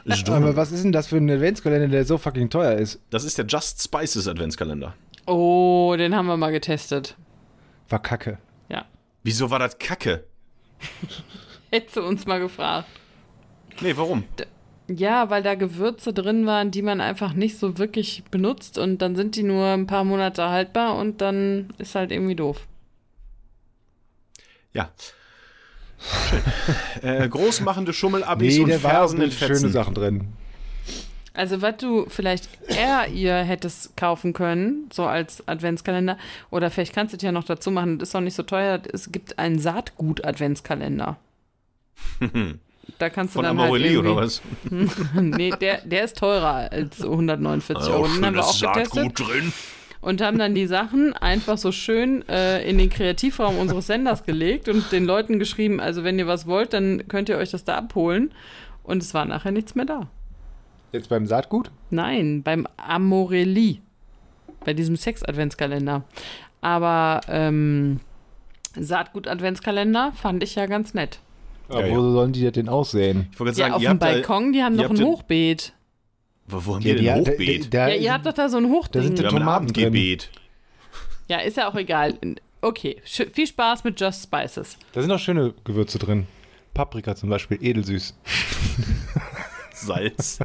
Speaker 2: Ist dumm.
Speaker 1: Aber was ist denn das für ein Adventskalender, der so fucking teuer ist?
Speaker 2: das ist der Just Spices Adventskalender.
Speaker 3: Oh, den haben wir mal getestet.
Speaker 1: War kacke.
Speaker 3: Ja.
Speaker 2: Wieso war das Kacke?
Speaker 3: Hättest du uns mal gefragt.
Speaker 2: Nee, warum?
Speaker 3: Ja, weil da Gewürze drin waren, die man einfach nicht so wirklich benutzt und dann sind die nur ein paar Monate haltbar und dann ist halt irgendwie doof.
Speaker 2: Ja. Schön. Äh, großmachende Schummelabis
Speaker 1: Nee,
Speaker 2: und
Speaker 1: der war auch
Speaker 2: Fersen in
Speaker 1: mit schöne
Speaker 2: Fetzen.
Speaker 1: Sachen drin.
Speaker 3: Also, was du vielleicht eher ihr hättest kaufen können, so als Adventskalender, oder vielleicht kannst du es ja noch dazu machen, das ist auch nicht so teuer, es gibt einen Saatgut-Adventskalender. da kannst du
Speaker 2: Von
Speaker 3: dann
Speaker 2: Amarelli
Speaker 3: halt
Speaker 2: oder
Speaker 3: irgendwie-
Speaker 2: was?
Speaker 3: nee, der, der ist teurer als 149 Euro. Den haben wir auch getestet
Speaker 2: drin.
Speaker 3: und haben dann die Sachen einfach so schön äh, in den Kreativraum unseres Senders gelegt und den Leuten geschrieben, also wenn ihr was wollt, dann könnt ihr euch das da abholen. Und es war nachher nichts mehr da.
Speaker 1: Jetzt beim Saatgut?
Speaker 3: Nein, beim Amorelli. Bei diesem Sex-Adventskalender. Aber ähm, Saatgut-Adventskalender fand ich ja ganz nett.
Speaker 1: Aber
Speaker 2: ja.
Speaker 1: wo sollen die das denn aussehen?
Speaker 2: Ich wollte
Speaker 3: Ja,
Speaker 2: gerade sagen,
Speaker 3: auf
Speaker 2: ihr
Speaker 3: dem
Speaker 2: habt
Speaker 3: Balkon, die haben
Speaker 2: ihr
Speaker 3: noch ein
Speaker 2: habt ja-
Speaker 3: Hochbeet.
Speaker 2: Da, wo, wo haben wir denn
Speaker 1: da-
Speaker 2: Hochbeet?
Speaker 1: Da,
Speaker 3: Ja, ihr habt doch da so ein
Speaker 1: da sind
Speaker 3: Hochding.
Speaker 1: die
Speaker 2: wir haben ein
Speaker 1: Tomaten drin.
Speaker 2: Abendgebet.
Speaker 3: Ja, ist ja auch egal. Okay, sch- viel Spaß mit Just Spices.
Speaker 1: da sind auch schöne Gewürze drin. Paprika zum Beispiel, edelsüß.
Speaker 2: Salz.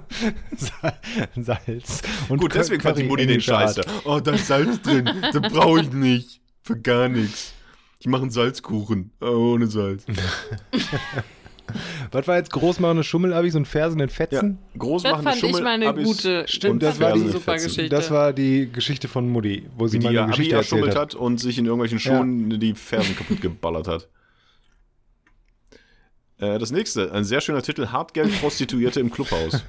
Speaker 1: Salz. Und
Speaker 2: Gut,
Speaker 1: Cur-
Speaker 2: deswegen fand die
Speaker 1: Curry
Speaker 2: Mutti den
Speaker 1: englischer Art.
Speaker 2: Scheiß da. Oh, da ist Salz drin. Das brauche ich nicht. Für Oh, gar nichts. Ich mache einen Salzkuchen. Äh, Ohne Salz.
Speaker 1: Was war jetzt groß machen und Schummel, habe ich so einen Fersen in Fetzen?
Speaker 2: Groß
Speaker 3: Das
Speaker 2: machen
Speaker 3: fand ich
Speaker 2: Schummel,
Speaker 3: mal eine
Speaker 2: Abis
Speaker 3: gute,
Speaker 2: und
Speaker 1: das
Speaker 3: fand
Speaker 1: war
Speaker 3: ich
Speaker 1: die
Speaker 3: eine super
Speaker 2: Fetzen.
Speaker 3: Geschichte.
Speaker 1: Das war die Geschichte von Mutti, wo sie
Speaker 2: Wie
Speaker 1: mal
Speaker 2: die
Speaker 1: eine
Speaker 2: Abi
Speaker 1: Geschichte erzählt
Speaker 2: erschummelt
Speaker 1: hat.
Speaker 2: hat und sich in irgendwelchen Schuhen die Fersen kaputt geballert hat. Äh, Das nächste, ein sehr schöner Titel, Hartgeld-Prostituierte im
Speaker 3: Äh,
Speaker 2: Clubhaus.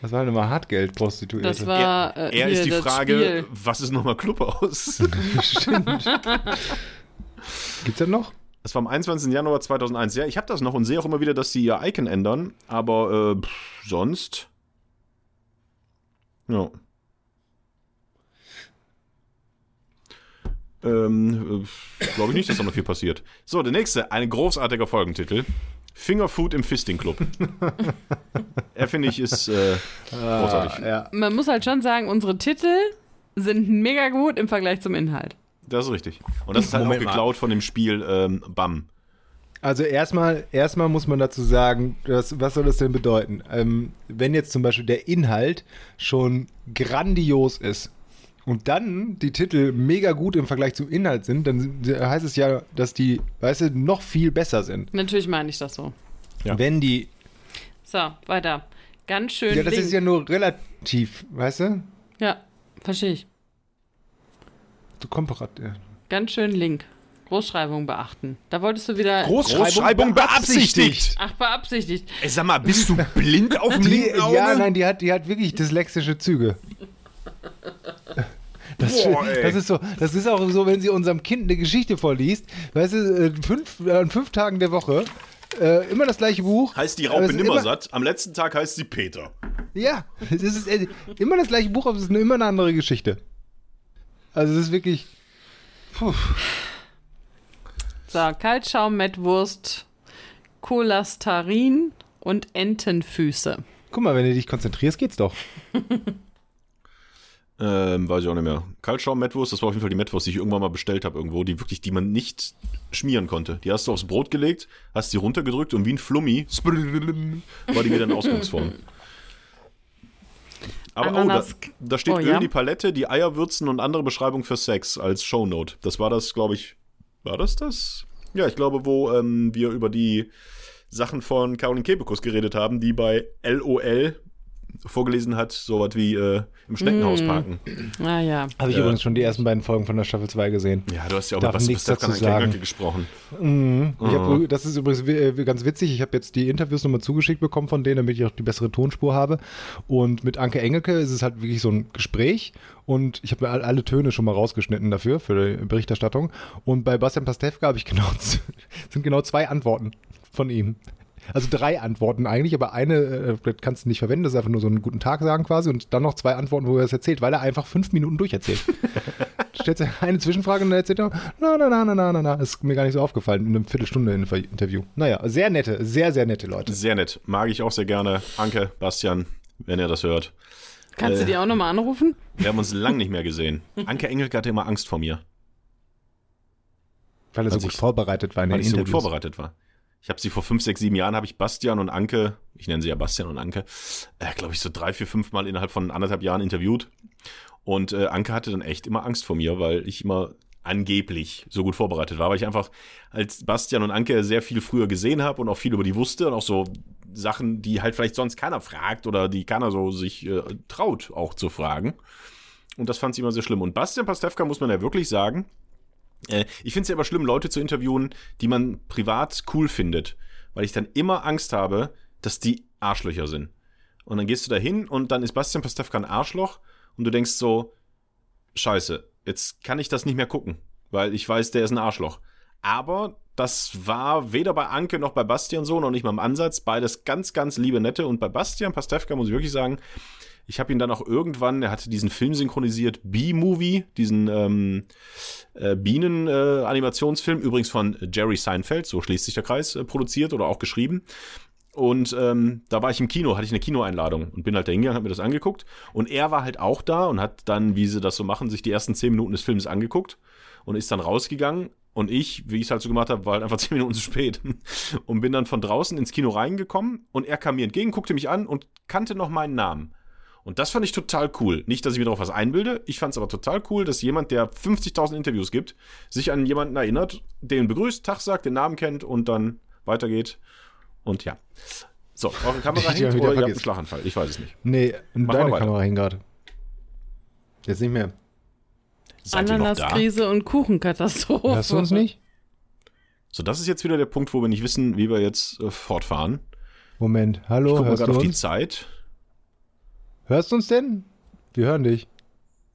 Speaker 1: Das war halt immer Hartgeld prostituiert.
Speaker 3: Das war
Speaker 2: er
Speaker 3: äh,
Speaker 2: er
Speaker 3: hier,
Speaker 2: ist die
Speaker 3: das
Speaker 2: Frage,
Speaker 3: Spiel.
Speaker 2: was ist nochmal Clubhaus?
Speaker 1: Stimmt. Gibt's das noch?
Speaker 2: Das war am 21. Januar 2001. Ja, ich habe das noch und sehe auch immer wieder, dass sie ihr Icon ändern, aber äh, pff, sonst. Ja. Ähm, glaube ich nicht, dass da noch viel passiert. So, der nächste, ein großartiger Folgentitel. Fingerfood im Fisting Club. er finde ich ist äh, großartig.
Speaker 1: ja.
Speaker 3: Man muss halt schon sagen, unsere Titel sind mega gut im Vergleich zum Inhalt.
Speaker 2: Das ist richtig. Und das ist halt
Speaker 1: Moment
Speaker 2: auch
Speaker 1: mal.
Speaker 2: geklaut von dem Spiel ähm, Bam.
Speaker 1: Also erstmal, erstmal muss man dazu sagen, was, was soll das denn bedeuten? Ähm, wenn jetzt zum Beispiel der Inhalt schon grandios ist und dann die Titel mega gut im Vergleich zum Inhalt sind, dann heißt es ja, dass die, weißt du, noch viel besser sind.
Speaker 3: Natürlich meine ich das so.
Speaker 2: Ja.
Speaker 1: Wenn die.
Speaker 3: So, weiter. Ganz schön.
Speaker 1: Ja, das
Speaker 3: link.
Speaker 1: ist ja nur relativ, weißt du?
Speaker 3: ja, verstehe ich.
Speaker 1: So komparat. ja.
Speaker 3: Ganz schön link. Großschreibung beachten. Da wolltest du wieder.
Speaker 2: Großschreibung beabsichtigt.
Speaker 3: Ach, beabsichtigt.
Speaker 2: Ey, sag mal, bist du blind auf dem
Speaker 1: Die,
Speaker 2: linken Auge?
Speaker 1: ja, nein, die hat, die hat wirklich dyslexische Züge. Das,
Speaker 2: Boah, ey.
Speaker 1: das ist so, das ist auch so, wenn sie unserem Kind eine Geschichte vorliest, weißt du, äh, fünf, an fünf Tagen der Woche, äh, immer das gleiche Buch.
Speaker 2: Heißt die
Speaker 1: Aber
Speaker 2: Raupe
Speaker 1: es ist
Speaker 2: Nimmersatt, am letzten Tag heißt sie Peter.
Speaker 1: Immer, ja, es ist äh, immer das gleiche Buch, aber es ist eine, immer eine andere Geschichte. Also es ist wirklich,
Speaker 3: So, Kaltschaum, Mettwurst, Kolastarin und Entenfüße.
Speaker 1: guck mal, wenn du dich konzentrierst, geht's doch.
Speaker 2: Ähm, weiß ich auch nicht mehr. Kaltschaum, Mettwurst, das war auf jeden Fall die Mettwurst, die ich irgendwann mal bestellt habe irgendwo, die wirklich, die man nicht schmieren konnte. Die hast du aufs Brot gelegt, hast die runtergedrückt und wie ein Flummi war die wieder in Ausgangsform. Aber oh, da,
Speaker 3: Ananas-
Speaker 2: da steht
Speaker 3: oh,
Speaker 2: Öl
Speaker 3: ja.
Speaker 2: in die Palette, die Eier würzen und andere Beschreibung für Sex als Shownote. Das war das, glaube ich. War das das? Ja, ich glaube, wo ähm, wir über die Sachen von Caroline Kebekus geredet haben, die bei LOL vorgelesen hat, sowas wie äh, im
Speaker 3: Hm.
Speaker 2: Schneckenhaus parken.
Speaker 3: Naja.
Speaker 1: Habe ich
Speaker 2: Ja.
Speaker 1: übrigens schon die ersten beiden Folgen von der Staffel 2 gesehen.
Speaker 2: Ja, du hast ja auch
Speaker 1: Darf
Speaker 2: mit was,
Speaker 1: nichts
Speaker 2: Stefan
Speaker 1: dazu
Speaker 2: Kleingarten
Speaker 1: sagen.
Speaker 2: gesprochen.
Speaker 1: Ich hab, ü- Das ist übrigens wi- äh, ganz witzig. Ich habe jetzt die Interviews nochmal zugeschickt bekommen von denen, damit ich auch die bessere Tonspur habe. Und mit Anke Engelke ist es halt wirklich so ein Gespräch. Und ich habe mir all- alle Töne schon mal rausgeschnitten dafür, für die Berichterstattung. Und bei Bastian Pastewka habe ich genau, z- sind genau zwei Antworten von ihm. Also drei Antworten eigentlich, aber eine äh, das kannst du nicht verwenden, das ist einfach nur so einen guten Tag sagen quasi und dann noch zwei Antworten, wo er es erzählt, weil er einfach fünf Minuten durcherzählt stellt sich eine Zwischenfrage und dann erzählt er, na, na, na, na, na, na, na, ist mir gar nicht so aufgefallen, in einer Viertelstunde in einem Interview. Naja, sehr nette, sehr, sehr nette Leute.
Speaker 2: Sehr nett. Mag ich auch sehr gerne. Anke, Bastian, wenn ihr das hört.
Speaker 3: Kannst
Speaker 2: Äh.
Speaker 3: du die auch nochmal anrufen?
Speaker 2: Wir haben uns lang nicht mehr gesehen. Anke Engelke hatte immer Angst vor mir,
Speaker 1: Weil er so
Speaker 2: Weil
Speaker 1: gut
Speaker 2: ich-
Speaker 1: vorbereitet war in
Speaker 2: weil
Speaker 1: den
Speaker 2: ich so gut
Speaker 1: Interviews.
Speaker 2: vorbereitet war. Ich habe sie vor fünf, sechs, sieben Jahren, habe ich Bastian und Anke, ich nenne sie ja Bastian und Anke, äh, glaube ich so drei, vier, fünf Mal innerhalb von anderthalb Jahren interviewt. Und äh, Anke hatte dann echt immer Angst vor mir, weil ich immer angeblich so gut vorbereitet war, weil ich einfach als Bastian und Anke sehr viel früher gesehen habe und auch viel über die wusste und auch so Sachen, die halt vielleicht sonst keiner fragt oder die keiner so sich äh, traut auch zu fragen. Und das fand sie immer sehr schlimm. Und Bastian Pastewka muss man ja wirklich sagen, äh, ich finde es ja immer schlimm, Leute zu interviewen, die man privat cool findet, weil ich dann immer Angst habe, dass die Arschlöcher sind. Und dann gehst du da hin und dann ist Bastian Pastewka ein Arschloch und du denkst so, scheiße, jetzt kann ich das nicht mehr gucken, weil ich weiß, der ist ein Arschloch. Aber das war weder bei Anke noch bei Bastian so, noch nicht mal im Ansatz. Beides ganz, ganz liebe Nette. Und bei Bastian Pastewka muss ich wirklich sagen, ich habe ihn dann auch irgendwann, er hatte diesen Film synchronisiert, B-Movie, diesen ähm, äh, Bienen-Animationsfilm, übrigens von Jerry Seinfeld, so schließt sich der Kreis, äh, produziert oder auch geschrieben. Und ähm, da war ich im Kino, hatte ich eine Kinoeinladung und bin halt da hingegangen, habe mir das angeguckt. Und er war halt auch da und hat dann, wie sie das so machen, sich die ersten zehn Minuten des Films angeguckt und ist dann rausgegangen. Und ich, wie ich es halt so gemacht habe, war halt einfach zehn Minuten zu spät und bin dann von draußen ins Kino reingekommen und er kam mir entgegen, guckte mich an und kannte noch meinen Namen. Und das fand ich total cool. Nicht, dass ich mir darauf was einbilde. Ich fand es aber total cool, dass jemand, der 50.000 Interviews gibt, sich an jemanden erinnert, den begrüßt, Tag sagt, den Namen kennt und dann weiter geht. Und ja. So, eure
Speaker 1: Die
Speaker 2: Kamera hängt
Speaker 1: hab ich wieder
Speaker 2: oder ihr habt einen
Speaker 1: vergessen.
Speaker 2: Schlaganfall. Ich weiß es nicht.
Speaker 1: Nee, und
Speaker 2: Mach mal
Speaker 1: deine
Speaker 2: weiter.
Speaker 1: Kamera hing gerade. Jetzt nicht mehr.
Speaker 2: Seid ihr noch da?
Speaker 3: Ananaskrise und Kuchenkatastrophe.
Speaker 1: Hörst du uns nicht?
Speaker 2: So, das ist jetzt wieder der Punkt, wo wir nicht wissen, wie wir jetzt äh, fortfahren.
Speaker 1: Moment,
Speaker 2: Ich
Speaker 1: hallo,
Speaker 2: gucke mal
Speaker 1: hörst
Speaker 2: gerade
Speaker 1: du
Speaker 2: auf die
Speaker 1: uns?
Speaker 2: Zeit.
Speaker 1: Hörst du uns denn? Wir hören dich.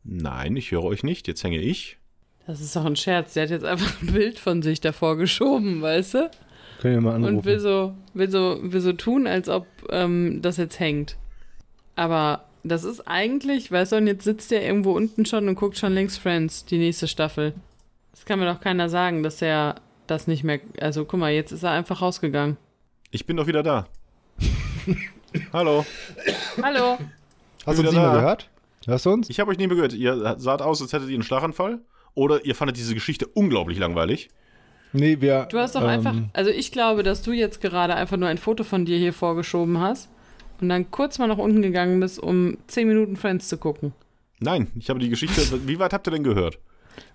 Speaker 2: Nein, ich höre euch nicht. Jetzt hänge ich.
Speaker 3: Das ist doch ein Scherz. Der hat jetzt einfach ein Bild von sich davor geschoben, weißt du?
Speaker 1: Können wir mal anrufen.
Speaker 3: Und will so, will so, will so tun, als ob ähm, das jetzt hängt. Aber das ist eigentlich, weißt du, und jetzt sitzt der irgendwo unten schon und guckt schon links Friends, die nächste Staffel. Das kann mir doch keiner sagen, dass er das nicht mehr. Also guck mal, jetzt ist er einfach rausgegangen.
Speaker 2: Ich bin doch wieder da. Hallo.
Speaker 3: Hallo.
Speaker 1: Hast du uns
Speaker 2: wieder
Speaker 1: nicht mehr
Speaker 2: da.
Speaker 1: gehört? Hörst du uns?
Speaker 2: Ich habe euch nie mehr gehört. Ihr saht aus, als hättet ihr einen Schlaganfall. Oder ihr fandet diese Geschichte unglaublich langweilig.
Speaker 1: Nee, wir. ähm,
Speaker 3: Du hast doch einfach. Also ich glaube, dass du jetzt gerade einfach nur ein Foto von dir hier vorgeschoben hast und dann kurz mal nach unten gegangen bist, um 10 Minuten Friends zu gucken.
Speaker 2: Nein, ich habe die Geschichte. Wie weit habt ihr denn gehört?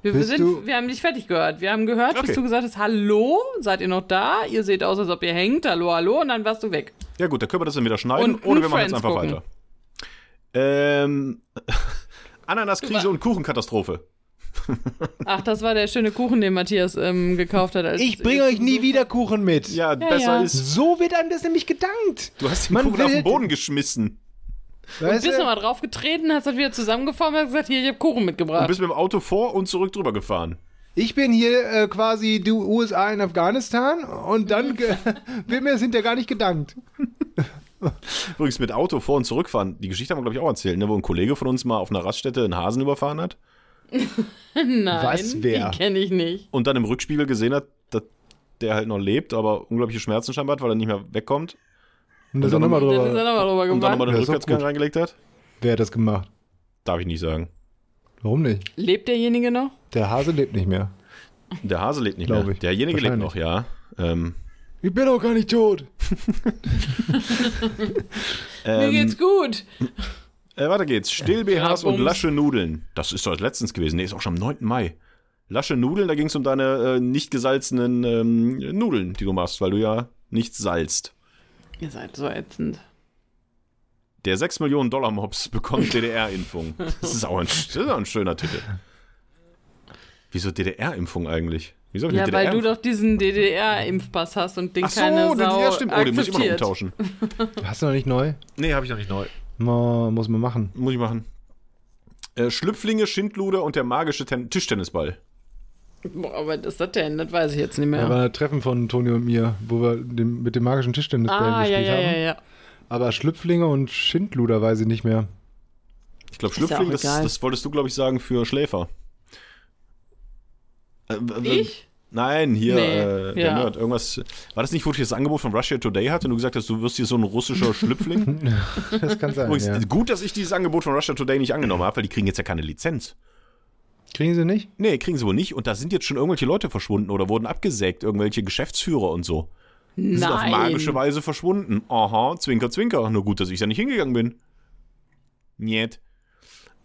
Speaker 3: Wir, wir,
Speaker 1: Bist
Speaker 3: sind,
Speaker 1: du-
Speaker 3: wir haben dich fertig gehört. Wir haben gehört, bis
Speaker 2: Okay.
Speaker 3: du gesagt hast, hallo, seid ihr noch da? Ihr seht aus, als ob ihr hängt, hallo, hallo, und dann warst du weg.
Speaker 2: Ja, gut, dann können wir das dann wieder schneiden.
Speaker 3: Und
Speaker 2: oder wir machen jetzt
Speaker 3: Friends
Speaker 2: einfach
Speaker 3: gucken.
Speaker 2: weiter. Ähm. Ananaskrise und Kuchenkatastrophe.
Speaker 3: Ach, das war der schöne Kuchen, den Matthias ähm, gekauft hat. Als
Speaker 1: Ich bringe euch nie wieder Kuchen mit.
Speaker 2: Ja, besser
Speaker 3: ja.
Speaker 2: ist.
Speaker 1: So wird einem das nämlich gedankt.
Speaker 2: Du hast den
Speaker 1: Man
Speaker 2: Kuchen auf den
Speaker 1: will-
Speaker 2: Boden geschmissen.
Speaker 1: Weißt
Speaker 3: Du bist nochmal draufgetreten, hast das wieder zusammengeformt und hast gesagt, hier, ich habe Kuchen
Speaker 2: Du
Speaker 3: mitgebracht.
Speaker 2: bist mit dem Auto vor und zurück drüber gefahren.
Speaker 1: Ich bin hier äh, quasi die USA in Afghanistan und dann ge- wird mir das hinterher gar nicht gedankt.
Speaker 2: Übrigens mit Auto vor und zurückfahren. Die Geschichte haben wir, glaube ich, auch erzählt, ne? wo ein Kollege von uns mal auf einer Raststätte einen Hasen überfahren hat
Speaker 3: Nein,
Speaker 1: Was, wer?
Speaker 3: die kenne ich nicht.
Speaker 2: und dann im Rückspiegel gesehen hat, dass der halt noch lebt, aber unglaubliche Schmerzen scheinbar hat, weil er nicht mehr wegkommt.
Speaker 1: Und das
Speaker 2: Und
Speaker 1: auch
Speaker 2: dann-
Speaker 1: nochmal
Speaker 3: Dann ist er
Speaker 1: drüber.
Speaker 3: nochmal drüber
Speaker 2: Und um dann
Speaker 3: gemacht.
Speaker 2: nochmal den
Speaker 1: Ja, ist auch
Speaker 2: Rückwärtsgang
Speaker 1: gut.
Speaker 2: reingelegt hat.
Speaker 1: Wer hat das gemacht?
Speaker 2: Darf ich nicht sagen.
Speaker 1: Warum nicht?
Speaker 3: Lebt derjenige noch?
Speaker 1: Der Hase lebt nicht mehr.
Speaker 2: Der Hase lebt nicht
Speaker 1: Glaub
Speaker 2: mehr.
Speaker 1: ich.
Speaker 2: Derjenige lebt noch,
Speaker 1: Wahrscheinlich.
Speaker 2: ja. Ähm,
Speaker 1: Ich bin auch gar nicht tot.
Speaker 3: Mir
Speaker 2: ähm,
Speaker 3: geht's gut.
Speaker 2: Äh, weiter geht's. Still-BHs und
Speaker 3: Bums.
Speaker 2: lasche Nudeln. Das ist doch letztens gewesen. Nee, ist auch schon am 9. Mai. Lasche Nudeln, da ging's um deine äh, nicht gesalzenen ähm, Nudeln, die du machst, weil du ja nichts salzt.
Speaker 3: Ihr seid so ätzend.
Speaker 2: Der 6 Millionen Dollar Mobs bekommt DDR-Impfung. Das ist auch ein, das ist auch ein schöner Titel. Wieso DDR-Impfung eigentlich? Wieso hab ich
Speaker 3: Ja,
Speaker 2: eine
Speaker 3: weil du
Speaker 2: DDR-Impfung?
Speaker 3: doch diesen DDR-Impfpass hast und den
Speaker 2: Ach so,
Speaker 3: keine
Speaker 2: den-
Speaker 3: Sau
Speaker 2: ja, stimmt. Oh, den muss ich immer noch
Speaker 3: akzeptiert.
Speaker 2: umtauschen.
Speaker 1: Hast du noch nicht neu?
Speaker 2: Nee, habe ich noch nicht neu.
Speaker 1: Ma, muss man machen.
Speaker 2: Muss ich machen. Äh, Schlüpflinge, Schindluder und der magische Ten Tischtennisball.
Speaker 3: Boah, aber was ist das denn? Das weiß ich jetzt nicht mehr.
Speaker 1: Da war ein Treffen von Toni und mir, wo wir den, mit dem magischen Tischtennisbällen
Speaker 3: ah, ja,
Speaker 1: gespielt
Speaker 3: ja,
Speaker 1: haben.
Speaker 3: ja, ja.
Speaker 1: Aber Schlüpflinge und Schindluder weiß ich nicht mehr.
Speaker 2: Ich glaube,
Speaker 3: ja auch
Speaker 2: Schlüpfling, das,
Speaker 3: egal.
Speaker 2: das wolltest du, glaube ich, sagen für Schläfer. Äh, w-
Speaker 3: Ich?
Speaker 2: Nein, hier,
Speaker 3: Nee,
Speaker 2: äh, der
Speaker 3: ja.
Speaker 2: Nerd. Irgendwas. War das nicht, wo ich das Angebot von Russia Today hatte und du gesagt hast, du wirst hier so ein russischer Schlüpfling?
Speaker 1: Das kann sein.
Speaker 2: Übrigens,
Speaker 1: ja.
Speaker 2: gut, dass ich dieses Angebot von Russia Today nicht angenommen habe, weil die kriegen jetzt ja keine Lizenz.
Speaker 1: Kriegen sie nicht?
Speaker 2: Nee, kriegen sie wohl nicht. Und da sind jetzt schon irgendwelche Leute verschwunden oder wurden abgesägt, irgendwelche Geschäftsführer und so. Die sind auf
Speaker 3: Nein.
Speaker 2: magische Weise verschwunden. Aha, Zwinker, Zwinker. Nur gut, dass ich da nicht hingegangen bin. Niet.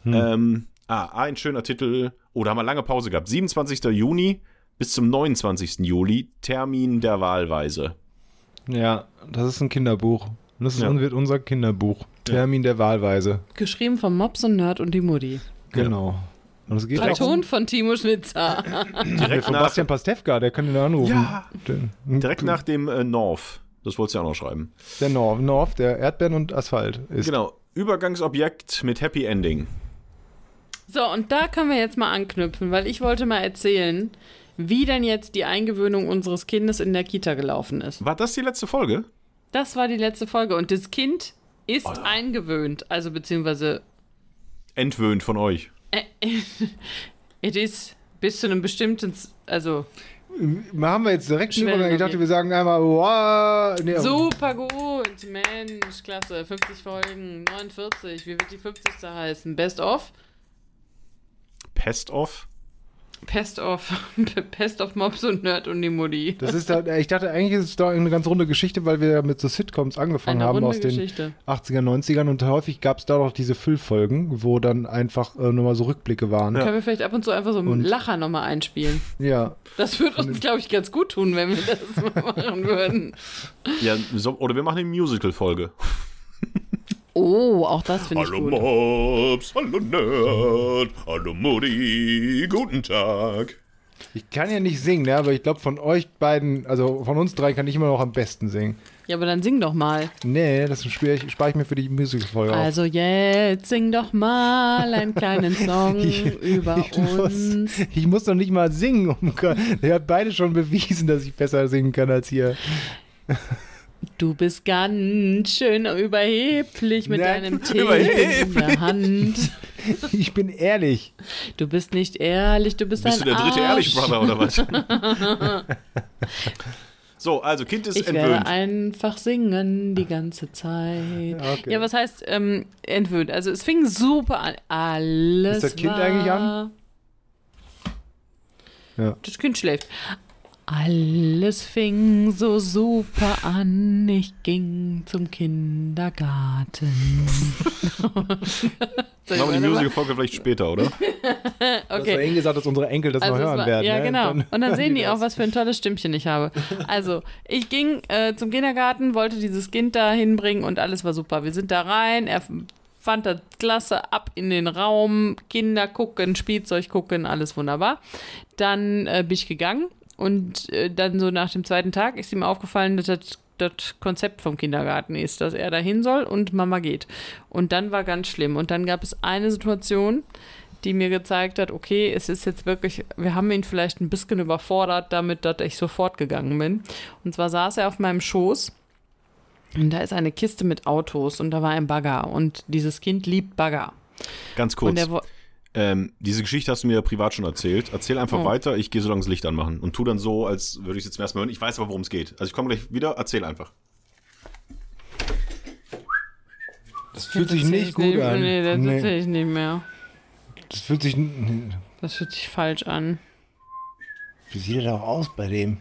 Speaker 1: Hm.
Speaker 2: Ähm, ah, ein schöner Titel. Oh, da haben wir lange Pause gehabt. 27. Juni bis zum 29. Juli. Termin der Wahlweise.
Speaker 1: Ja, das ist ein Kinderbuch. Und das ist,
Speaker 2: Ja.
Speaker 1: wird unser Kinderbuch. Termin der Wahlweise.
Speaker 3: Geschrieben von Mops und Nerd und die Mutti.
Speaker 1: Genau. Und es geht auch um
Speaker 3: Vertont von Timo Schnitzer.
Speaker 2: Direkt
Speaker 1: von
Speaker 2: nach,
Speaker 1: Bastian Pastewka, der könnte da anrufen.
Speaker 2: Ja.
Speaker 1: Der,
Speaker 2: direkt nach dem äh, North. Das wolltest du ja auch noch schreiben.
Speaker 1: der North, North, der Erdbeeren und Asphalt ist.
Speaker 2: Genau. Übergangsobjekt mit Happy Ending.
Speaker 3: So, und da können wir jetzt mal anknüpfen, weil ich wollte mal erzählen, wie denn jetzt die Eingewöhnung unseres Kindes in der Kita gelaufen ist.
Speaker 2: War das die letzte Folge?
Speaker 3: Das war die letzte Folge und das Kind ist eingewöhnt, also beziehungsweise äh,
Speaker 2: Entwöhnt von euch.
Speaker 3: it is bis zu einem bestimmten, Z- also
Speaker 1: Haben wir jetzt direkt einen
Speaker 3: Schwellen,
Speaker 1: Übergang. Ich dachte,
Speaker 3: okay.
Speaker 1: wir sagen einmal, wow. Nee,
Speaker 3: super gut, Mensch, klasse, 50 Folgen, 49, wie wird die 50. heißen? Best of?
Speaker 2: Pest off.
Speaker 3: Pest of, Pest of Mobs und Nerd und die Mutti.
Speaker 1: Das ist da, ich dachte, eigentlich ist es da eine ganz runde Geschichte, weil wir ja mit so Sitcoms angefangen
Speaker 3: Eine
Speaker 1: haben
Speaker 3: runde
Speaker 1: aus den
Speaker 3: Geschichte.
Speaker 1: 80er, 90ern und häufig gab es da noch diese Füllfolgen, wo dann einfach äh, nochmal so Rückblicke waren.
Speaker 3: Können wir vielleicht ab und zu einfach so einen Lacher nochmal einspielen?
Speaker 1: ja.
Speaker 3: Das würde uns, glaube ich, ganz gut tun, wenn wir das mal machen würden.
Speaker 2: Ja, so, oder wir machen eine Musical-Folge.
Speaker 3: Oh, auch das finde ich
Speaker 2: Hallo
Speaker 3: gut.
Speaker 2: Mobs, hallo Nerd, hallo Mutti, guten Tag.
Speaker 1: Ich kann ja nicht singen, ne? aber ich glaube, von euch beiden, also von uns drei, kann ich immer noch am besten singen.
Speaker 3: Ja, aber dann sing doch mal.
Speaker 1: Nee, das spare ich, spare ich mir für die Musical-Folge auf.
Speaker 3: Also jetzt sing doch mal einen kleinen Song über uns.
Speaker 1: Muss, ich muss doch nicht mal singen. Um, Gott. ihr habt beide schon bewiesen, dass ich besser singen kann als ihr.
Speaker 3: Du bist ganz schön überheblich mit
Speaker 1: Nein,
Speaker 3: deinem Tee
Speaker 2: überheblich.
Speaker 3: in der Hand.
Speaker 1: Ich bin ehrlich.
Speaker 3: Du bist nicht ehrlich, du bist
Speaker 2: Bist
Speaker 3: ein
Speaker 2: du der dritte
Speaker 3: Arsch.
Speaker 2: Ehrlich-Brother oder was? so, also Kind ist
Speaker 3: Ich werde
Speaker 2: entwöhnt.
Speaker 3: einfach singen die ganze Zeit.
Speaker 1: Ah, Okay.
Speaker 3: Ja, was heißt ähm, entwöhnt? Also es fing super an. Alles
Speaker 1: Ist das Kind
Speaker 3: war,
Speaker 1: eigentlich an? Ja.
Speaker 3: Das Kind schläft. Alles fing so super an. Ich ging zum Kindergarten.
Speaker 2: Machen wir die Musical-Folge vielleicht später, oder?
Speaker 1: Du hast vorhin gesagt, dass unsere Enkel das mal
Speaker 3: es
Speaker 1: hören
Speaker 3: war-
Speaker 1: werden.
Speaker 3: Ja,
Speaker 1: ne?
Speaker 3: genau.
Speaker 1: Und
Speaker 3: Und
Speaker 1: dann-
Speaker 3: dann, sehen die auch, was für ein tolles Stimmchen ich habe. Also, ich ging äh, zum Kindergarten, wollte dieses Kind da hinbringen und alles war super. Wir sind da rein, er fand das klasse, ab in den Raum, Kinder gucken, Spielzeug gucken, alles wunderbar. Dann äh, bin ich gegangen und äh, dann so nach dem zweiten Tag ist ihm aufgefallen, dass das das Konzept vom Kindergarten ist, dass er dahin soll und Mama geht. Und dann war ganz schlimm. Und dann gab es eine Situation, die mir gezeigt hat, okay, es ist jetzt wirklich, wir haben ihn vielleicht ein bisschen überfordert damit, dass ich sofort gegangen bin. Und zwar saß er auf meinem Schoß und da ist eine Kiste mit Autos und da war ein Bagger und dieses Kind liebt Bagger.
Speaker 2: Ganz
Speaker 3: Und
Speaker 2: kurz.
Speaker 3: er, wo-
Speaker 2: Ähm, diese Geschichte hast du mir ja privat schon erzählt. Erzähl einfach
Speaker 3: Oh.
Speaker 2: weiter, ich gehe so lange das Licht anmachen. Und tu dann so, als würde ich es jetzt zum ersten Mal hören. Ich weiß aber, worum es geht. Also ich komme gleich wieder, erzähl einfach.
Speaker 1: Das fühlt sich nicht
Speaker 3: Nee,
Speaker 1: gut an.
Speaker 3: Nee, das
Speaker 1: Nee,
Speaker 3: erzähl ich nicht mehr.
Speaker 1: das fühlt sich. nee.
Speaker 3: Das fühlt sich falsch an.
Speaker 1: Wie sieht er auch aus bei dem?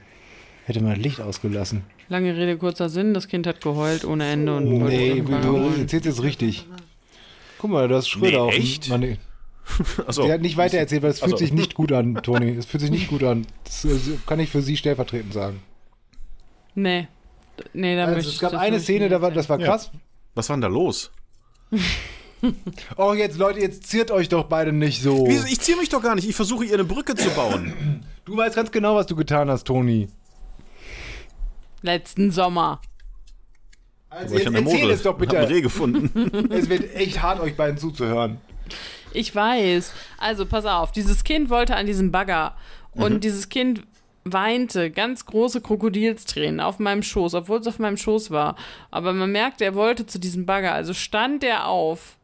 Speaker 1: Hätte mal Licht ausgelassen.
Speaker 3: Lange Rede, kurzer Sinn, das Kind hat geheult ohne Ende und wollte
Speaker 1: Nee,
Speaker 3: den
Speaker 1: du
Speaker 3: Bagger
Speaker 1: du
Speaker 3: holen.
Speaker 1: erzählst jetzt richtig. Guck mal, du hast Schröder
Speaker 2: Nee,
Speaker 1: auf. dem-
Speaker 2: echt?
Speaker 1: Mann, nee.
Speaker 2: Achso.
Speaker 1: Der hat nicht weiter erzählt, weil es fühlt
Speaker 2: Also.
Speaker 1: sich nicht gut an, Toni. Es fühlt sich nicht gut an. Das äh, kann ich für Sie stellvertretend sagen.
Speaker 3: Nee. D- Nee, da möchte
Speaker 1: Also,
Speaker 3: ich-
Speaker 1: es gab
Speaker 3: das
Speaker 1: eine
Speaker 3: möchte ich
Speaker 1: Szene,
Speaker 3: nicht
Speaker 1: da war,
Speaker 3: erzählen.
Speaker 1: das war
Speaker 2: Ja.
Speaker 1: krass.
Speaker 2: Was war denn da los?
Speaker 1: Oh, jetzt Leute, jetzt ziert euch doch beide nicht so.
Speaker 2: Wieso? Ich ziehe mich doch gar nicht. Ich versuche, ihr eine Brücke zu bauen.
Speaker 1: Du weißt ganz genau, was du getan hast, Toni.
Speaker 3: Letzten Sommer.
Speaker 1: Also
Speaker 2: War ich
Speaker 1: jetzt
Speaker 2: an der
Speaker 1: erzähl
Speaker 2: Mosel.
Speaker 1: es doch
Speaker 2: Hab einen
Speaker 1: bitte.
Speaker 2: Reh gefunden.
Speaker 1: Es wird echt hart, euch beiden zuzuhören.
Speaker 3: Ich weiß. Also, pass auf, dieses Kind wollte an diesem Bagger
Speaker 2: Mhm.
Speaker 3: und dieses Kind weinte ganz große Krokodilstränen auf meinem Schoß, obwohl es auf meinem Schoß war. Aber man merkte, er wollte zu diesem Bagger. Also stand er auf,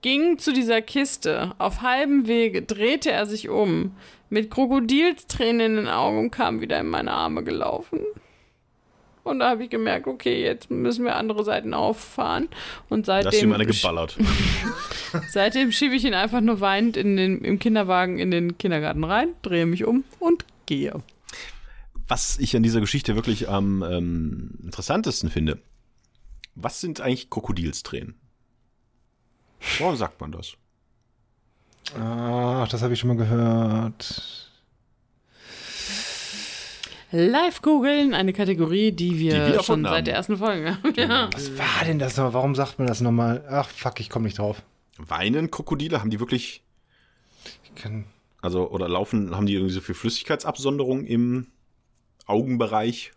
Speaker 3: ging zu dieser Kiste, auf halbem Wege drehte er sich um, mit Krokodilstränen in den Augen und kam wieder in meine Arme gelaufen. Und da habe ich gemerkt, okay, jetzt müssen wir andere Seiten auffahren. Und
Speaker 2: Da hast du ihm
Speaker 3: seitdem
Speaker 2: eine geballert.
Speaker 3: Seitdem schiebe ich ihn einfach nur weinend in den, im Kinderwagen in den Kindergarten rein, drehe mich um und gehe.
Speaker 2: Was ich an dieser Geschichte wirklich am ähm, interessantesten finde. Was sind eigentlich Krokodilstränen? Warum sagt man das?
Speaker 1: Ach, das habe ich schon mal gehört.
Speaker 3: Live googeln, eine Kategorie, die wir
Speaker 2: Die wir
Speaker 3: schon
Speaker 2: erfunden haben.
Speaker 3: seit der ersten Folge haben. ja.
Speaker 1: Was war denn das nochmal? Warum sagt man das nochmal? Ach, fuck, ich komme nicht drauf.
Speaker 2: Weinen Krokodile? Haben die wirklich,
Speaker 1: Ich kann,
Speaker 2: also, oder laufen, haben die irgendwie so viel Flüssigkeitsabsonderung im Augenbereich?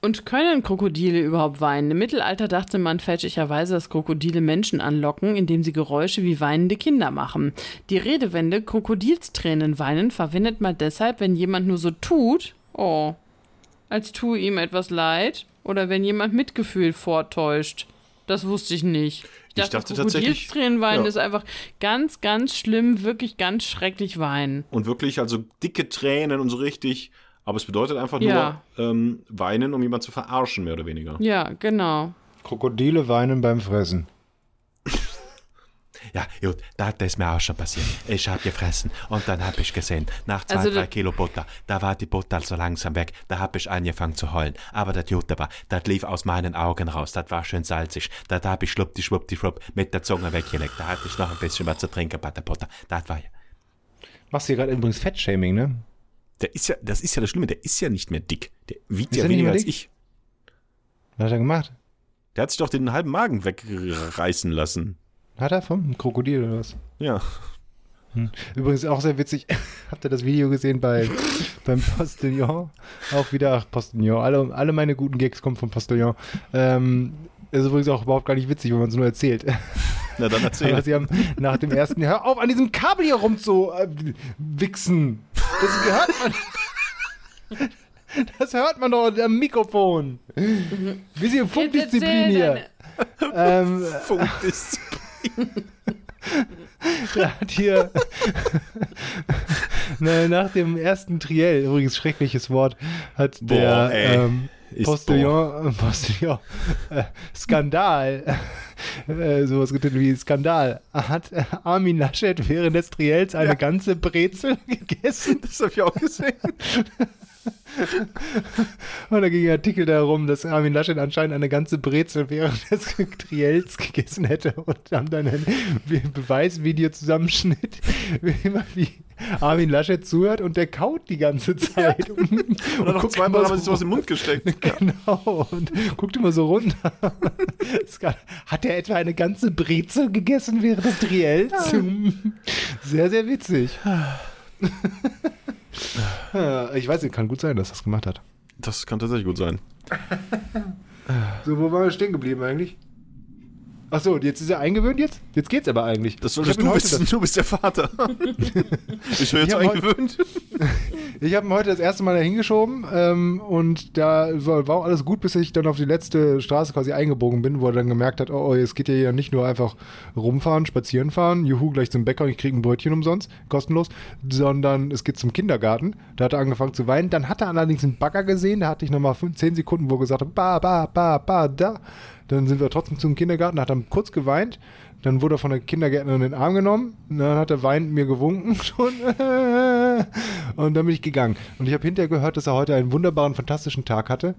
Speaker 3: Und können Krokodile überhaupt weinen? Im Mittelalter dachte man fälschlicherweise, dass Krokodile Menschen anlocken, indem sie Geräusche wie weinende Kinder machen. Die Redewende Krokodilstränen weinen verwendet man deshalb, wenn jemand nur so tut, oh, als tue ihm etwas leid, oder wenn jemand Mitgefühl vortäuscht. Das wusste ich nicht. Ich dachte,
Speaker 2: dachte tatsächlich-
Speaker 3: Krokodilstränen weinen
Speaker 2: ja.
Speaker 3: ist einfach ganz, ganz schlimm, wirklich ganz schrecklich weinen.
Speaker 2: Und wirklich, also dicke Tränen und so richtig. Aber es bedeutet einfach
Speaker 3: Ja.
Speaker 2: nur ähm, weinen, um jemanden zu verarschen, mehr oder weniger.
Speaker 3: Ja, genau.
Speaker 1: Krokodile weinen beim Fressen.
Speaker 2: ja, gut, das ist mir auch schon passiert. Ich habe gefressen und dann habe ich gesehen, nach zwei,
Speaker 3: Also du-
Speaker 2: drei Kilo Butter, da war die Butter so langsam weg, da habe ich angefangen zu heulen. Aber das Jute war, das lief aus meinen Augen raus, das war schön salzig, das habe ich schwuppdischwuppdischwupp mit der Zunge weggelegt, da hatte ich noch ein bisschen was zu trinken bei der Butter. Das war ja.
Speaker 1: Machst hier gerade übrigens Fettshaming, ne?
Speaker 2: Der ist ja, das ist ja das Schlimme, der ist ja nicht mehr dick. Der wiegt
Speaker 1: Ist
Speaker 2: ja
Speaker 1: er nicht
Speaker 2: weniger
Speaker 1: mehr
Speaker 2: als
Speaker 1: dick?
Speaker 2: ich.
Speaker 1: Was hat er gemacht?
Speaker 2: Der hat sich doch den halben Magen wegreißen lassen.
Speaker 1: Hat er vom Krokodil oder was?
Speaker 2: Ja.
Speaker 1: Übrigens auch sehr witzig. Habt ihr das Video gesehen bei, beim Postillon? Auch wieder, ach, Postillon. Alle, alle meine guten Gags kommen vom Postillon. Ähm, ist übrigens auch überhaupt gar nicht witzig, wenn man es nur erzählt.
Speaker 2: Na dann
Speaker 1: Aber
Speaker 2: erzähl.
Speaker 1: sie haben nach dem ersten, hör auf, an diesem Kabel hier rumzuwichsen. Das hört man. Das hört man doch am Mikrofon. Wir sind Funkdisziplin hier. Ähm,
Speaker 2: Funkdisziplin.
Speaker 1: Der hat hier Na, nach dem ersten Triell, übrigens schreckliches Wort, hat
Speaker 2: Boah,
Speaker 1: der
Speaker 2: ey.
Speaker 1: ähm,
Speaker 2: Ist
Speaker 1: Postillon, äh, Postillon äh, Skandal, äh, sowas getitelt wie Skandal, hat äh, Armin Laschet während des Triells eine
Speaker 2: Ja.
Speaker 1: ganze Brezel gegessen.
Speaker 2: Das habe ich auch gesehen.
Speaker 1: Und da ging ein Artikel darum, dass Armin Laschet anscheinend eine ganze Brezel während des Triels gegessen hätte und haben dann ein Beweisvideo-Zusammenschnitt, wie immer wie Armin Laschet zuhört und der kaut die ganze Zeit. Und,
Speaker 2: Und dann noch
Speaker 1: guckt
Speaker 2: zweimal
Speaker 1: immer
Speaker 2: haben sie
Speaker 1: so
Speaker 2: sowas im Mund gesteckt.
Speaker 1: Genau, und guckt immer so runter. Es kann- Hat er etwa eine ganze Brezel gegessen während des Triels? Sehr, sehr witzig. Ah, Ich weiß nicht, kann gut sein, dass das gemacht hat.
Speaker 2: Das kann tatsächlich gut sein.
Speaker 1: So, wo waren wir stehen geblieben eigentlich? Achso, jetzt ist er eingewöhnt jetzt? Jetzt geht's aber eigentlich.
Speaker 2: Das
Speaker 1: ich
Speaker 2: solltest
Speaker 1: hab ihm
Speaker 2: du
Speaker 1: heute
Speaker 2: wissen. Du bist der Vater. ich bin jetzt
Speaker 1: Ja, moin.
Speaker 2: eingewöhnt.
Speaker 1: das- Ich habe ihn heute das erste Mal da hingeschoben ähm, und da war war auch alles gut, bis ich dann auf die letzte Straße quasi eingebogen bin, wo er dann gemerkt hat, oh, oh jetzt geht ja hier nicht nur einfach rumfahren, spazieren fahren, juhu, gleich zum Bäcker und ich kriege ein Brötchen umsonst, kostenlos, sondern es geht zum Kindergarten. Da hat er angefangen zu weinen. Dann hat er allerdings einen Bagger gesehen, da hatte ich nochmal 10 Sekunden, wo er gesagt hat, ba, ba, ba, ba, da. Dann sind wir trotzdem zum Kindergarten, hat dann kurz geweint. Dann wurde er von der Kindergärtnerin in den Arm genommen. Und Dann hat er weinend mir gewunken schon. Und dann bin ich gegangen. Und ich habe hinterher gehört, dass er heute einen wunderbaren, fantastischen Tag hatte.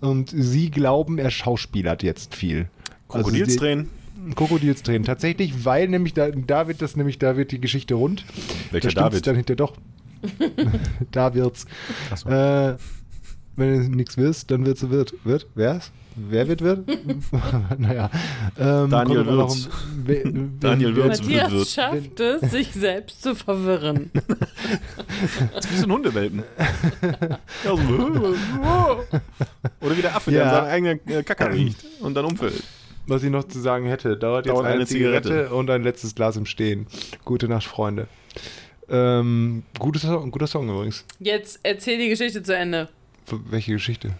Speaker 1: Und sie glauben, er schauspielert jetzt viel. Also sie-
Speaker 2: Krokodilstränen.
Speaker 1: Krokodilstränen. Tatsächlich, weil nämlich da, da wird das nämlich, da wird die Geschichte rund.
Speaker 2: Welcher
Speaker 1: da stimmt's
Speaker 2: David?
Speaker 1: Dann hinter doch. da wird's.
Speaker 2: Ach so.
Speaker 1: Äh, wenn du nichts wirst, dann wird's wird. Wird? Wer's? Wer wird wird? naja. Ähm,
Speaker 2: Daniel
Speaker 1: kommt aber noch
Speaker 2: Wirtz.
Speaker 1: um- we- we-
Speaker 2: Daniel
Speaker 1: wer-
Speaker 2: Wirtz.
Speaker 3: Matthias
Speaker 2: wird-
Speaker 3: schafft es, sich selbst zu verwirren.
Speaker 2: Das ist wie so ein Hundewelpen. Ja, so. Oder wie der Affe, der
Speaker 1: Ja.
Speaker 2: an seiner eigenen äh, Kacke riecht und dann umfällt.
Speaker 1: Was ich noch zu sagen hätte, dauert jetzt
Speaker 2: Dauert
Speaker 1: eine,
Speaker 2: eine
Speaker 1: Zigarette,
Speaker 2: Zigarette.
Speaker 1: und ein letztes Glas im Stehen. Gute Nacht, Freunde. Ähm, gutes, guter Song übrigens.
Speaker 3: Jetzt erzähl die Geschichte zu Ende.
Speaker 1: Welche Geschichte?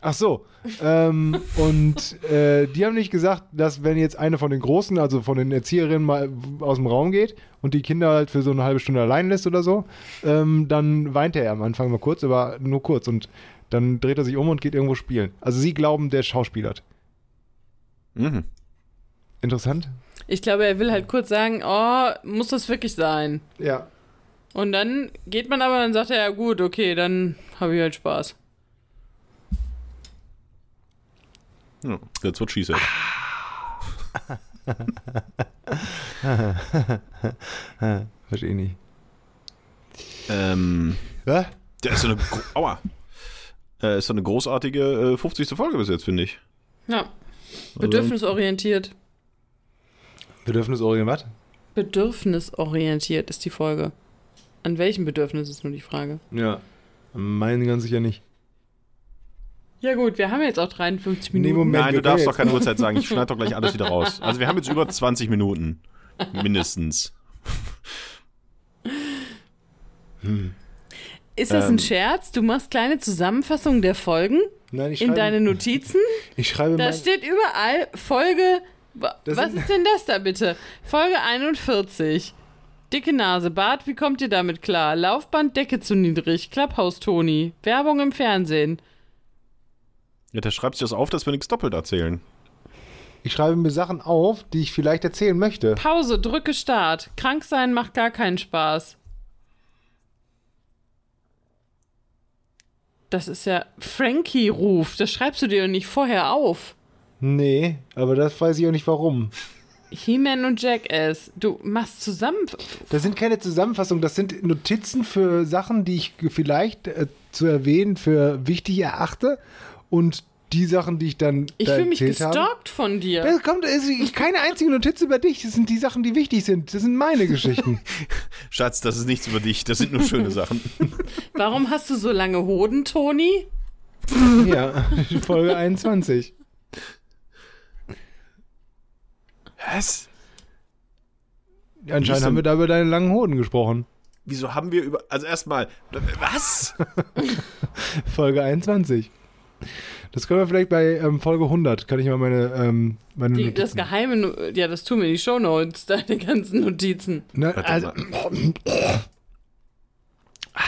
Speaker 1: Ach so. ähm, und äh, die haben nicht gesagt, dass wenn jetzt eine von den Großen, also von den Erzieherinnen mal aus dem Raum geht und die Kinder halt für so eine halbe Stunde allein lässt oder so, ähm, dann weint er am Anfang mal kurz, aber nur kurz und dann dreht er sich um und geht irgendwo spielen. Also sie glauben, der schauspielert.
Speaker 2: Mhm.
Speaker 1: Interessant?
Speaker 3: Ich glaube, er will halt kurz sagen, oh, muss das wirklich sein?
Speaker 1: Ja.
Speaker 3: Und dann geht man aber, dann sagt er, ja gut, okay, dann habe ich halt Spaß.
Speaker 2: Ja, that's what she said.
Speaker 1: Verstehe nicht.
Speaker 2: Ähm,
Speaker 1: Hä?
Speaker 2: der ist so eine. gro- Aua. Äh, ist so eine großartige äh, 50. Folge bis jetzt, finde ich.
Speaker 3: Ja,
Speaker 1: Also
Speaker 3: bedürfnisorientiert.
Speaker 1: Bedürfnisorient was?
Speaker 3: Bedürfnisorientiert ist die Folge. An welchem Bedürfnis ist nur die Frage?
Speaker 1: Ja. Meinen ganz sicher nicht.
Speaker 3: Ja gut, wir haben jetzt auch 53
Speaker 1: Nee,
Speaker 3: Minuten.
Speaker 1: Moment.
Speaker 2: Nein, du
Speaker 1: wir können
Speaker 2: darfst
Speaker 1: jetzt-
Speaker 2: doch keine Uhrzeit sagen. Ich schneide doch gleich alles wieder raus. Also wir haben jetzt über 20 Minuten. Mindestens.
Speaker 3: Ist das
Speaker 2: Ähm.
Speaker 3: ein Scherz? Du machst kleine Zusammenfassungen der Folgen
Speaker 1: Nein, ich
Speaker 3: in
Speaker 1: schreibe,
Speaker 3: deine Notizen?
Speaker 1: ich schreibe
Speaker 3: Da
Speaker 1: mein,
Speaker 3: steht überall Folge. Wa-
Speaker 1: Das
Speaker 3: was
Speaker 1: sind-
Speaker 3: ist denn das da bitte? Folge 41. Dicke Nase, Bart, wie kommt ihr damit klar? Laufband, Decke zu niedrig, Klapphaus Toni, Werbung im Fernsehen.
Speaker 2: Ja, der schreibt sich das auf, dass wir nichts doppelt erzählen.
Speaker 1: Ich schreibe mir Sachen auf, die ich vielleicht erzählen möchte.
Speaker 3: Pause, drücke Start. Krank sein macht gar keinen Spaß. Das ist ja Frankie-Ruf. Das schreibst du dir nicht vorher auf.
Speaker 1: Nee, aber das weiß ich auch nicht warum.
Speaker 3: He-Man und Jackass. Du machst zusammen.
Speaker 1: Das sind keine Zusammenfassungen, das sind Notizen für Sachen, die ich vielleicht äh, zu erwähnen für wichtig erachte. Und die Sachen, die ich dann.
Speaker 3: Ich
Speaker 1: da
Speaker 3: fühle mich
Speaker 1: erzählt habe-
Speaker 3: gestalkt von dir.
Speaker 1: Das kommt, es ist keine einzige Notiz über dich. Das sind die Sachen, die wichtig sind. Das sind meine Geschichten.
Speaker 2: Schatz, das ist nichts über dich. Das sind nur schöne Sachen.
Speaker 3: Warum hast du so lange Hoden, Toni?
Speaker 1: ja, Folge 21.
Speaker 2: Was?
Speaker 1: Anscheinend haben wir da über deine langen Hoden gesprochen.
Speaker 2: Wieso haben wir über. Also erstmal. Was?
Speaker 1: Folge 21. Das können wir vielleicht bei ähm, Folge 100. Kann ich mal meine, ähm, meine
Speaker 3: Die,
Speaker 1: Notizen-
Speaker 3: das geheime. No- Ja, das tun wir in die Shownotes, deine ganzen Notizen.
Speaker 1: Na,
Speaker 2: Warte
Speaker 1: also, Ah,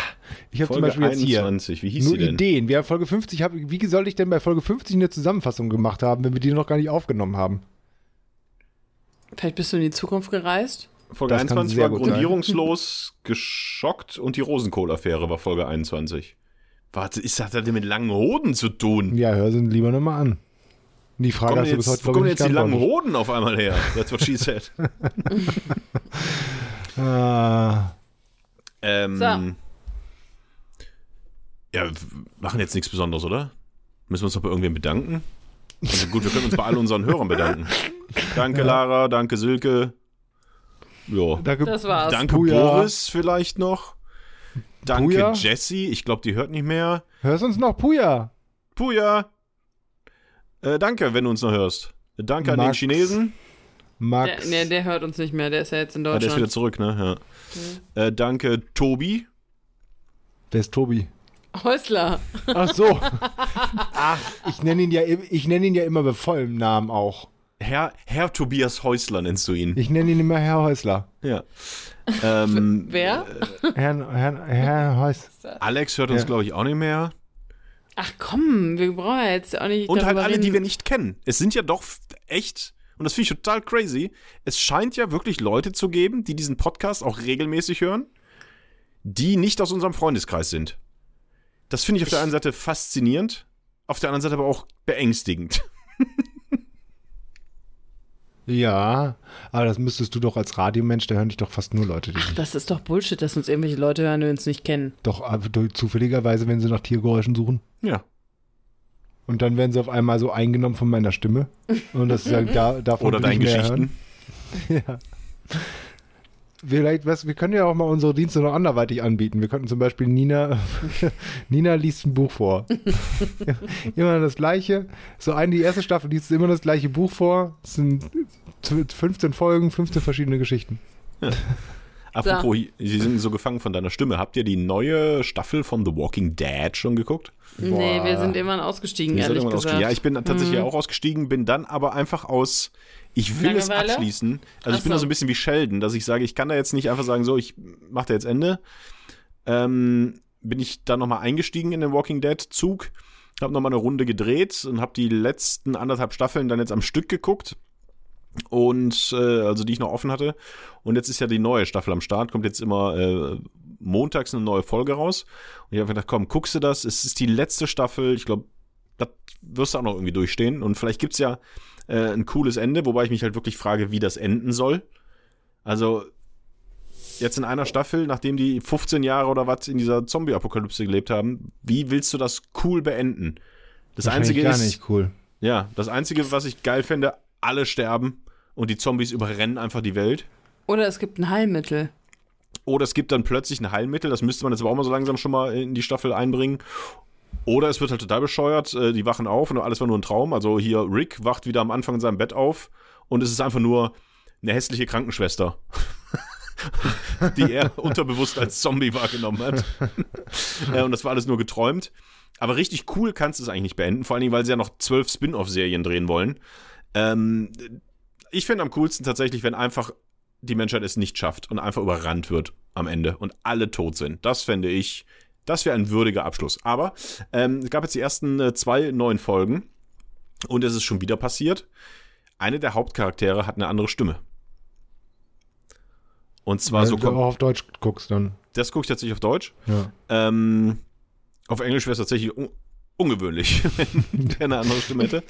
Speaker 1: ich habe zum
Speaker 2: Folge
Speaker 1: Beispiel jetzt hier
Speaker 2: 21. Wie hieß
Speaker 1: nur
Speaker 2: sie denn?
Speaker 1: Ideen. Wir haben Folge 50. Hab, wie soll ich denn bei Folge 50 eine Zusammenfassung gemacht haben, wenn wir die noch gar nicht aufgenommen haben?
Speaker 3: Vielleicht bist du in die Zukunft gereist.
Speaker 2: Folge
Speaker 1: Das kann
Speaker 2: 21
Speaker 1: sehr
Speaker 2: war
Speaker 1: gut sein.
Speaker 2: grundierungslos geschockt und die Rosenkohl-Affäre war Folge 21. Warte, ist das hat das mit langen Hoden zu tun?
Speaker 1: Ja, hör sie lieber nochmal an. Die Frage
Speaker 2: Kommen
Speaker 1: hast du bis heute,
Speaker 2: jetzt, wo
Speaker 1: glaube
Speaker 2: kommen
Speaker 1: ich, nicht
Speaker 2: jetzt die langen
Speaker 1: beantwortet.
Speaker 2: Hoden auf einmal her? That's what she said.
Speaker 1: Ah,
Speaker 2: ähm,
Speaker 3: So.
Speaker 2: Ja, wir machen jetzt nichts Besonderes, oder? Müssen wir uns noch bei irgendwem bedanken? Also gut, wir können uns bei all unseren Hörern bedanken. Danke, Lara, danke, Silke. Ja.
Speaker 1: danke.
Speaker 3: Das war's.
Speaker 2: Danke,
Speaker 1: Buja.
Speaker 2: Boris, vielleicht noch. Danke,
Speaker 1: Buja.
Speaker 2: Jessie. Ich glaube, die hört nicht mehr.
Speaker 1: Hörst uns noch, Puja?
Speaker 2: Puja! Äh, danke, wenn du uns noch hörst. Danke an den
Speaker 1: Max.
Speaker 2: Chinesen.
Speaker 1: Max.
Speaker 3: Der, nee, der hört uns nicht mehr. Der ist ja jetzt in
Speaker 2: Ah, der ist wieder
Speaker 3: Deutschland.
Speaker 2: zurück,
Speaker 3: Mhm.
Speaker 2: ne? Ja. Äh, danke, Tobi.
Speaker 1: Wer ist Tobi?
Speaker 3: Häusler.
Speaker 1: Ach so. Ach, ich nenne ihn, ja, im- ich nenn ihn ja immer bei vollem Namen auch.
Speaker 2: Herr, Herr Tobias Häusler nennst du ihn.
Speaker 1: Ich nenne ihn immer Herr Häusler.
Speaker 2: Ja. Ähm,
Speaker 3: Wer?
Speaker 1: Herrn, Herrn, Herr Häusler.
Speaker 2: Alex hört uns,
Speaker 1: Ja.
Speaker 2: glaube ich, auch nicht mehr.
Speaker 3: Ach komm, wir brauchen ja jetzt auch nicht.
Speaker 2: Und halt
Speaker 3: darüber
Speaker 2: alle, die
Speaker 3: reden.
Speaker 2: wir nicht kennen. Es sind ja doch f- echt, und das finde ich total crazy, es scheint ja wirklich Leute zu geben, die diesen Podcast auch regelmäßig hören, die nicht aus unserem Freundeskreis sind. Das finde ich auf der einen Seite faszinierend, auf der anderen Seite aber auch beängstigend.
Speaker 1: Ja, aber das müsstest du doch als Radiomensch, da hören dich doch fast nur Leute, die
Speaker 3: Ach, das ist doch Bullshit, dass uns irgendwelche Leute hören, die uns nicht kennen.
Speaker 1: doch äh, durch- zufälligerweise, wenn sie nach Tiergeräuschen suchen.
Speaker 2: Ja.
Speaker 1: Und dann werden sie auf einmal so eingenommen von meiner Stimme. Und das ist ja da, davon
Speaker 2: Oder
Speaker 1: will ich
Speaker 2: deinen
Speaker 1: mehr hören.
Speaker 2: Geschichten.
Speaker 1: Ja. Vielleicht, was, wir können ja auch mal unsere Dienste noch anderweitig anbieten. Wir könnten zum Beispiel Nina, Nina liest ein Buch vor. immer das gleiche. So eine, die erste Staffel liest immer das gleiche Buch vor. Es sind z- 15 Folgen, 15 verschiedene Geschichten.
Speaker 2: Apropos, sie sind so gefangen von deiner Stimme. Habt ihr die neue Staffel von The Walking Dead schon geguckt?
Speaker 3: Nee, wir sind irgendwann ausgestiegen,
Speaker 2: Ihr seid
Speaker 3: ehrlich
Speaker 2: irgendwann
Speaker 3: gesagt.
Speaker 2: ausgestiegen.
Speaker 3: Mhm.
Speaker 2: Ja, ich bin tatsächlich auch ausgestiegen, bin dann aber einfach aus. Ich will es
Speaker 3: Langeweile?
Speaker 2: abschließen. Also ich
Speaker 3: Ach
Speaker 2: bin da so
Speaker 3: so.
Speaker 2: ein bisschen wie Sheldon, dass ich sage, ich kann da jetzt nicht einfach sagen, so, ich mache da jetzt Ende. Ähm, bin ich dann nochmal eingestiegen in den Walking Dead Zug, habe nochmal eine Runde gedreht und habe die letzten anderthalb Staffeln dann jetzt am Stück geguckt. Und äh, also die ich noch offen hatte. Und jetzt ist ja die neue Staffel am Start, kommt jetzt immer äh, montags eine neue Folge raus. Und ich habe gedacht, komm, guckst du das? Es ist die letzte Staffel. Ich glaube, das wirst du auch noch irgendwie durchstehen. Und vielleicht gibt's ja äh, ein cooles Ende, wobei ich mich halt wirklich frage, wie das enden soll. Also jetzt in einer Staffel, nachdem die 15 Jahre oder was in dieser Zombie-Apokalypse gelebt haben, wie willst du das cool beenden? Das Einzige
Speaker 1: gar
Speaker 2: ist,
Speaker 1: nicht cool.
Speaker 2: ja, das Einzige, was ich geil fände, alle sterben und die Zombies überrennen einfach die Welt.
Speaker 3: Oder es gibt ein Heilmittel.
Speaker 2: Oder es gibt dann plötzlich ein Heilmittel, das müsste man jetzt aber auch mal so langsam schon mal in die Staffel einbringen. Oder es wird halt total bescheuert, äh, die wachen auf und alles war nur ein Traum. Also hier Rick wacht wieder am Anfang in seinem Bett auf und es ist einfach nur eine hässliche Krankenschwester, die er unterbewusst als Zombie wahrgenommen hat. ja, und das war alles nur geträumt. Aber richtig cool kannst du es eigentlich nicht beenden, vor allen Dingen, weil sie ja noch zwölf Spin-off-Serien drehen wollen. Ähm, ich finde am coolsten tatsächlich, wenn einfach die Menschheit es nicht schafft und einfach überrannt wird am Ende und alle tot sind. Das fände ich, das wäre ein würdiger Abschluss. Aber ähm, es gab jetzt die ersten äh, zwei neuen Folgen und es ist schon wieder passiert. eine der Hauptcharaktere hat eine andere Stimme. Und zwar so
Speaker 1: Wenn du
Speaker 2: kom-
Speaker 1: auch auf Deutsch guckst, dann.
Speaker 2: Das gucke ich tatsächlich auf Deutsch.
Speaker 1: Ja.
Speaker 2: Ähm, auf Englisch wäre es tatsächlich un ungewöhnlich, wenn der eine andere Stimme hätte.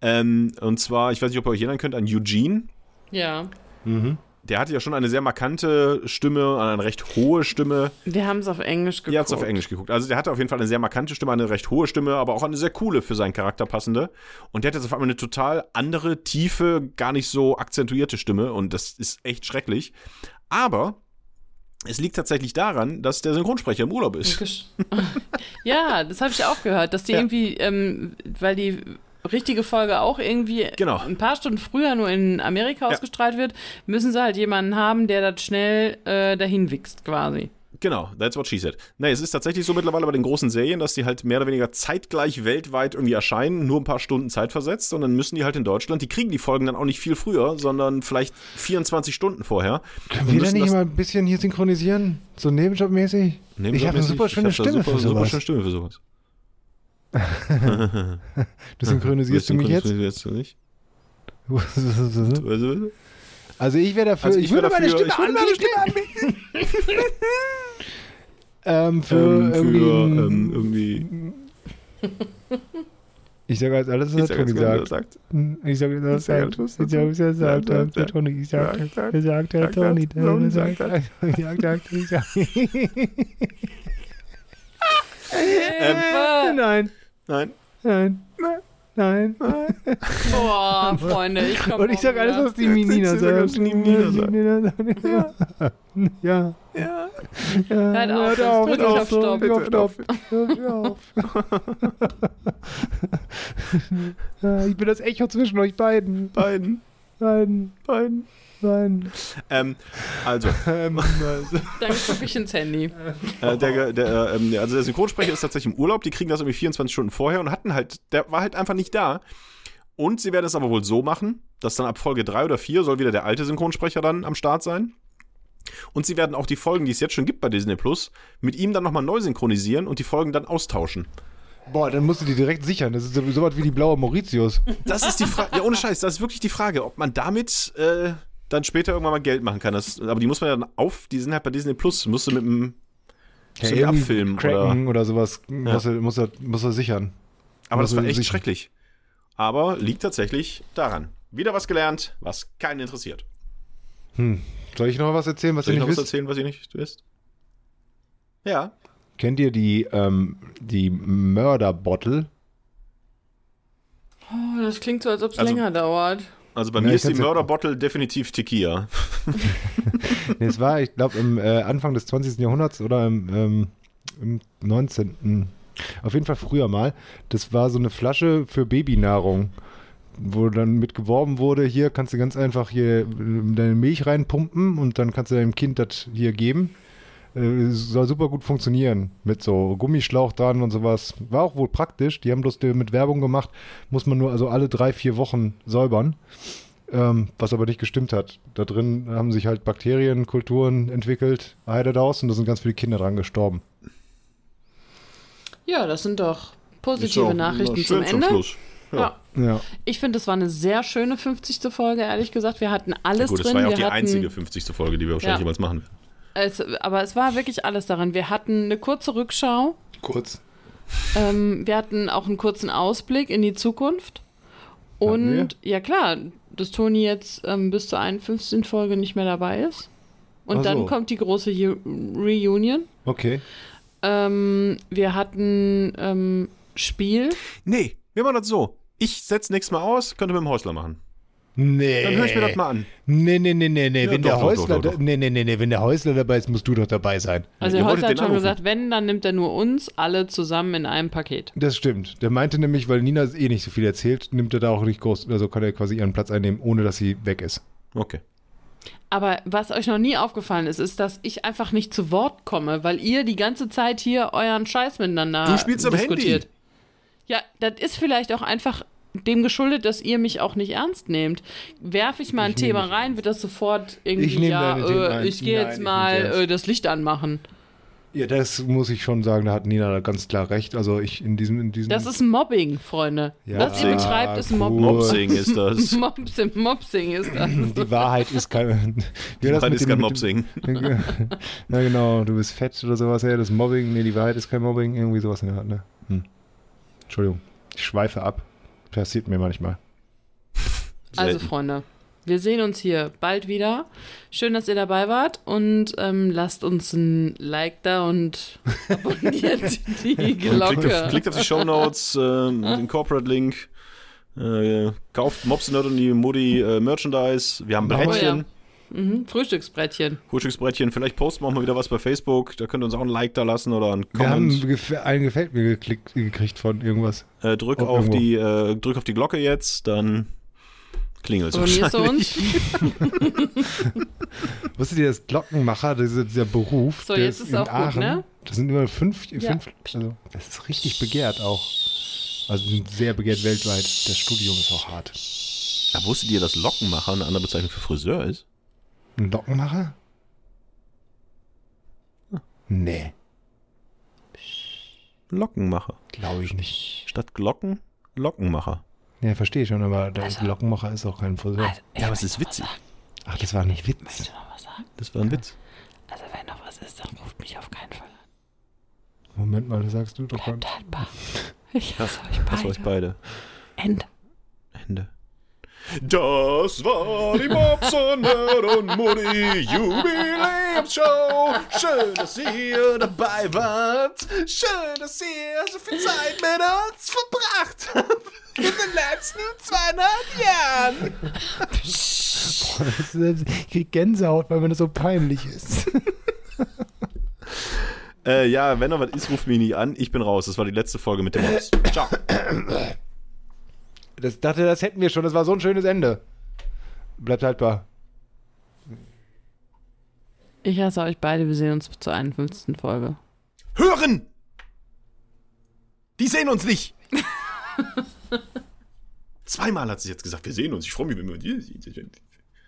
Speaker 2: Ähm, und zwar, ich weiß nicht, ob ihr euch erinnern könnt, an Eugene.
Speaker 3: Ja.
Speaker 1: Mhm.
Speaker 2: Der hatte ja schon eine sehr markante Stimme, eine recht hohe Stimme.
Speaker 3: Wir haben es auf Englisch geguckt.
Speaker 2: Ihr habt es auf Englisch geguckt. Also der hatte auf jeden Fall eine sehr markante Stimme, eine recht hohe Stimme, aber auch eine sehr coole für seinen Charakter passende. Und der hat jetzt auf einmal eine total andere, tiefe, gar nicht so akzentuierte Stimme und das ist echt schrecklich. Aber es liegt tatsächlich daran, dass der Synchronsprecher im Urlaub ist.
Speaker 3: Gesch- ja, das habe ich auch gehört, dass die
Speaker 2: Ja.
Speaker 3: irgendwie, ähm, weil die richtige Folge auch irgendwie
Speaker 2: Genau.
Speaker 3: ein paar Stunden früher nur in Amerika
Speaker 2: Ja.
Speaker 3: ausgestrahlt wird, müssen sie halt jemanden haben, der das schnell äh, dahin wichst quasi.
Speaker 2: Genau, that's what she said. Nee, es ist tatsächlich so mittlerweile bei den großen Serien, dass die halt mehr oder weniger zeitgleich weltweit irgendwie erscheinen, nur ein paar Stunden Zeit versetzt und dann müssen die halt in Deutschland, die kriegen die Folgen dann auch nicht viel früher, sondern vielleicht 24 Stunden vorher.
Speaker 1: Können
Speaker 2: Und
Speaker 1: wir da
Speaker 2: müssen
Speaker 1: nicht
Speaker 2: das-
Speaker 1: mal ein bisschen hier synchronisieren? So nebenjobmäßig?
Speaker 2: Nehmen
Speaker 1: ich
Speaker 2: wir
Speaker 1: habe eine
Speaker 2: mir das
Speaker 1: super
Speaker 2: nicht.
Speaker 1: schöne
Speaker 2: Ich hab da
Speaker 1: Stimme
Speaker 2: super,
Speaker 1: für
Speaker 2: super
Speaker 1: sowas.
Speaker 2: schöne Stimme für sowas.
Speaker 1: Du synchronisierst du mich jetzt?
Speaker 2: Synchronisierst du nicht?
Speaker 1: Also ich wäre dafür,
Speaker 2: Also
Speaker 1: ich,
Speaker 2: ich wär
Speaker 1: würde meine
Speaker 2: dafür-
Speaker 1: Stimme
Speaker 2: ich würde meine
Speaker 1: anbieten. ähm, für,
Speaker 2: Ähm, für
Speaker 1: irgendwie,
Speaker 2: ähm, irgendwie.
Speaker 1: Ich sage jetzt alles, was der
Speaker 2: Ich sag jetzt
Speaker 1: Toni
Speaker 2: gar nicht,
Speaker 1: sagt.
Speaker 2: was er sagt.
Speaker 1: Ich sage jetzt alles,
Speaker 2: Ich sag alles,
Speaker 1: was
Speaker 2: was
Speaker 1: der
Speaker 2: der
Speaker 1: Toni sagt. Ich sage
Speaker 2: sagt.
Speaker 1: alles, was der Toni sagt. Er sagt,
Speaker 2: Sagt, sagt,
Speaker 1: der
Speaker 2: sagt,
Speaker 1: Toni,
Speaker 2: sagt,
Speaker 1: der Toni sagt.
Speaker 2: sagt, sagt.
Speaker 1: Sagt, sagt, ich sag-
Speaker 2: Ähm.
Speaker 3: Hilfe!
Speaker 1: Nein,
Speaker 2: Nein.
Speaker 1: nein, nein.
Speaker 3: Boah, Freunde, ich komme
Speaker 1: Und ich sage alles, was die Menina
Speaker 2: Ich sag
Speaker 1: sagt.
Speaker 2: alles, was die Menina sagt.
Speaker 1: Ja. Ja.
Speaker 2: Ja.
Speaker 1: Ja,
Speaker 3: Hört auf, sonst drück ich auf Stopp.
Speaker 1: Hör
Speaker 2: Bitte
Speaker 1: auf, hör auf. Ja, ich bin das Echo zwischen euch beiden.
Speaker 2: Beiden.
Speaker 1: Beiden,
Speaker 2: Beiden.
Speaker 1: beiden.
Speaker 2: Ähm, also,
Speaker 1: Ähm, also,
Speaker 3: Dann gucke ich ins Handy.
Speaker 2: äh, der, der, ähm, der- also der Synchronsprecher ist tatsächlich im Urlaub, die kriegen das irgendwie 24 Stunden vorher und hatten halt, der war halt einfach nicht da. Und sie werden es aber wohl so machen, dass dann ab Folge 3 oder 4 soll wieder der alte Synchronsprecher dann am Start sein. Und sie werden auch die Folgen, die es jetzt schon gibt bei Disney Plus, mit ihm dann nochmal neu synchronisieren und die Folgen dann austauschen.
Speaker 1: boah, dann musst du die direkt sichern. Das ist so so was wie die blaue Mauritius.
Speaker 2: Das ist die Frage, ja ohne Scheiß, das ist wirklich die Frage, ob man damit äh, dann später irgendwann mal Geld machen kann. Das, aber die muss man ja dann auf, die sind halt bei Disney Plus, musst du mit dem musst du mit
Speaker 1: irgendwie
Speaker 2: abfilmen oder.
Speaker 1: Cracken oder, sowas. Muss, er, muss, er, muss er sichern.
Speaker 2: Aber das
Speaker 1: Oder
Speaker 2: war
Speaker 1: so
Speaker 2: echt
Speaker 1: sich-
Speaker 2: schrecklich. Aber liegt tatsächlich daran. Wieder was gelernt, was keinen interessiert.
Speaker 1: Soll ich noch was erzählen, was
Speaker 2: Soll
Speaker 1: ihr
Speaker 2: ich noch
Speaker 1: nicht
Speaker 2: was
Speaker 1: wisst?
Speaker 2: erzählen, was ihr nicht wisst? Ja.
Speaker 1: Kennt ihr die, ähm, die Mörder-Bottle?
Speaker 3: Oh, das klingt so, als ob es
Speaker 2: Also-
Speaker 3: länger dauert.
Speaker 2: Also bei
Speaker 1: Ja,
Speaker 2: mir
Speaker 1: ich
Speaker 2: ist die
Speaker 1: kann's ja-
Speaker 2: Mörderbottle definitiv Tequila.
Speaker 1: Nee, es war, ich glaube, im äh, Anfang des 20. Jahrhunderts oder im, ähm, im 19. Auf jeden Fall früher mal. Das war so eine Flasche für Babynahrung, wo dann mit geworben wurde, hier kannst du ganz einfach hier äh, deine Milch reinpumpen und dann kannst du deinem Kind das hier geben. Äh, soll super gut funktionieren mit so Gummischlauch dran und sowas. War auch wohl praktisch. Die haben bloß die- mit Werbung gemacht, muss man nur also alle drei, vier Wochen säubern. Ähm, was aber nicht gestimmt hat. Da drin haben sich halt Bakterienkulturen entwickelt, heidet aus und da sind ganz viele Kinder dran gestorben.
Speaker 3: Ja, das sind doch
Speaker 2: Ist ja
Speaker 3: positive
Speaker 2: auch
Speaker 3: Nachrichten
Speaker 2: schön
Speaker 3: zum Ende.
Speaker 2: Schluss. Ja.
Speaker 3: Ja.
Speaker 1: Ja.
Speaker 3: Ich finde, das war eine sehr schöne 50. Folge, ehrlich gesagt. Wir hatten alles
Speaker 2: Gut, das
Speaker 3: drin.
Speaker 2: war ja auch
Speaker 3: wir
Speaker 2: die
Speaker 3: hatten,
Speaker 2: einzige 50. Folge, die wir wahrscheinlich
Speaker 3: Ja.
Speaker 2: jemals machen werden.
Speaker 3: Es, Also, aber es war wirklich alles darin. Wir hatten eine kurze Rückschau.
Speaker 1: Kurz.
Speaker 3: Ähm, wir hatten auch einen kurzen Ausblick in die Zukunft. Und ja, klar, dass Toni jetzt ähm, bis zur 51. Folge nicht mehr dabei ist. Und
Speaker 1: Ach
Speaker 3: dann
Speaker 1: so.
Speaker 3: kommt die große Ju- Reunion.
Speaker 1: Okay.
Speaker 3: Ähm, wir hatten ähm, Spiel.
Speaker 2: Nee, wir machen das so. Ich setze nächstes Mal aus, könnte mit dem Häusler machen.
Speaker 1: Nee.
Speaker 2: Dann höre ich mir das mal an.
Speaker 1: Nee, nee, nee, nee, nee.
Speaker 2: Ja,
Speaker 1: wenn
Speaker 2: doch,
Speaker 1: der
Speaker 2: doch,
Speaker 1: Häusler,
Speaker 2: doch, doch, doch.
Speaker 1: Nee, nee, nee, nee, wenn der Häusler dabei ist, musst du doch dabei sein.
Speaker 3: Also
Speaker 2: Ihr
Speaker 3: der
Speaker 2: wolltet
Speaker 3: Holzer hat
Speaker 2: den
Speaker 3: schon
Speaker 2: anrufen.
Speaker 3: gesagt, wenn, dann nimmt er nur uns alle zusammen in einem Paket.
Speaker 1: Das stimmt. Der meinte nämlich, weil Nina eh nicht so viel erzählt, nimmt er da auch nicht groß, also kann er quasi ihren Platz einnehmen, ohne dass sie weg ist.
Speaker 2: Okay.
Speaker 3: Aber was euch noch nie aufgefallen ist, ist, dass ich einfach nicht zu Wort komme, weil ihr die ganze Zeit hier euren Scheiß miteinander
Speaker 2: Du spielst am
Speaker 3: diskutiert.
Speaker 2: Handy.
Speaker 3: Ja, das ist vielleicht auch einfach dem geschuldet, dass ihr mich auch nicht ernst nehmt. Werf ich mal ein
Speaker 1: Ich nehm
Speaker 3: Thema
Speaker 1: dich-
Speaker 3: rein, wird das sofort irgendwie,
Speaker 1: Ich nehm
Speaker 3: ja,
Speaker 1: deine Themen
Speaker 3: äh,
Speaker 1: ein.
Speaker 3: ich gehe
Speaker 1: Nein,
Speaker 3: jetzt
Speaker 1: ich nehm sie
Speaker 3: mal
Speaker 1: ernst.
Speaker 3: äh, das Licht anmachen.
Speaker 1: Ja, das muss ich schon sagen, da hat Nina da ganz klar recht. Also ich in diesem, in diesem.
Speaker 3: Das ist Mobbing, Freunde.
Speaker 1: Hm. Ja,
Speaker 3: Was ihr betreibt, ist
Speaker 1: cool.
Speaker 3: Mobbing.
Speaker 2: Mopsing ist das.
Speaker 3: Mopsing, Mopsing ist das.
Speaker 1: die Wahrheit ist kein. Wie war das
Speaker 2: Das
Speaker 1: mit dem- mit
Speaker 2: ist kein
Speaker 1: dem-
Speaker 2: Mopsing.
Speaker 1: Na genau, du bist fett oder sowas, ja, das Mobbing, nee, die Wahrheit ist kein Mobbing, irgendwie sowas in der Art, ne? Hm. Entschuldigung, ich schweife ab. Passiert mir manchmal.
Speaker 3: Also,
Speaker 2: Selten.
Speaker 3: Freunde, wir sehen uns hier bald wieder. Schön, dass ihr dabei wart und ähm, lasst uns ein Like da und abonniert die
Speaker 2: Und Klickt auf,
Speaker 3: Glocke.
Speaker 2: klickt auf die Shownotes, ähm, den Corporate-Link. Äh, kauft Mobs Nerd und die Mutti äh, Merchandise. Wir haben
Speaker 1: Oh ja.
Speaker 2: Brettchen,
Speaker 3: Mhm, Frühstücksbrettchen.
Speaker 2: Frühstücksbrettchen. Vielleicht posten wir auch mal wieder was bei Facebook. Da könnt ihr uns auch ein Like da lassen oder einen
Speaker 1: Wir haben
Speaker 2: Comment.
Speaker 1: gef- einen gefällt mir geklickt, gekriegt von irgendwas.
Speaker 2: Äh, drück,
Speaker 1: Oh,
Speaker 2: auf
Speaker 1: irgendwo.
Speaker 2: die, äh, drück auf die Glocke jetzt, dann klingelt es
Speaker 3: Abonnierst du
Speaker 2: wahrscheinlich.
Speaker 3: uns?
Speaker 1: Wusstet ihr, das Glockenmacher, das ist dieser Beruf,
Speaker 3: So,
Speaker 1: der
Speaker 3: jetzt ist
Speaker 1: in
Speaker 3: auch gut,
Speaker 1: Aachen,
Speaker 3: ne?
Speaker 1: das sind immer fünf,
Speaker 3: Ja.
Speaker 1: fünf also, das ist richtig begehrt auch. Also sind sehr begehrt weltweit. Das Studium ist auch hart.
Speaker 2: Da wusstet ihr, dass Lockenmacher eine andere Bezeichnung für Friseur ist?
Speaker 1: Ein Glockenmacher? Nee,
Speaker 2: Lockenmacher.
Speaker 1: glaube ich nicht.
Speaker 2: Statt Glocken, Lockenmacher.
Speaker 1: Ja, verstehe ich schon, aber der Glockenmacher ist auch kein Friseur.
Speaker 3: Also, ich
Speaker 2: Ja, aber es
Speaker 3: möchte
Speaker 2: ist
Speaker 3: noch was
Speaker 2: witzig.
Speaker 3: sagen.
Speaker 1: Ach, das war nicht Witz.
Speaker 3: Möchtest du noch was sagen?
Speaker 2: Das war ein Witz.
Speaker 3: Also, wenn noch was ist, dann ruft mich auf keinen Fall an.
Speaker 1: Moment mal, das sagst du doch mal.
Speaker 3: Bleibt haltbar. Ich hasse euch
Speaker 2: Das war euch
Speaker 3: beide.
Speaker 2: beide.
Speaker 3: End.
Speaker 2: Ende. Das war die Mobsonner und Mutti Jubiläumsshow. Schön, dass ihr dabei wart. Schön, dass ihr so viel Zeit mit uns verbracht habt. In den letzten zweieinhalb Jahren.
Speaker 1: Ich krieg Gänsehaut, weil mir das so peinlich ist.
Speaker 2: Äh, ja, wenn noch was ist, ruft mich nicht an. Ich bin raus. Das war die letzte Folge mit dem Mobs. Ciao.
Speaker 1: Das dachte, das hätten wir schon. Das war so ein schönes Ende. Bleibt haltbar.
Speaker 3: Ich hasse euch beide. Wir sehen uns zur 51. Folge.
Speaker 2: Hören! Die sehen uns nicht! Zweimal hat sie jetzt gesagt, wir sehen uns. Ich freue mich, wenn wir uns.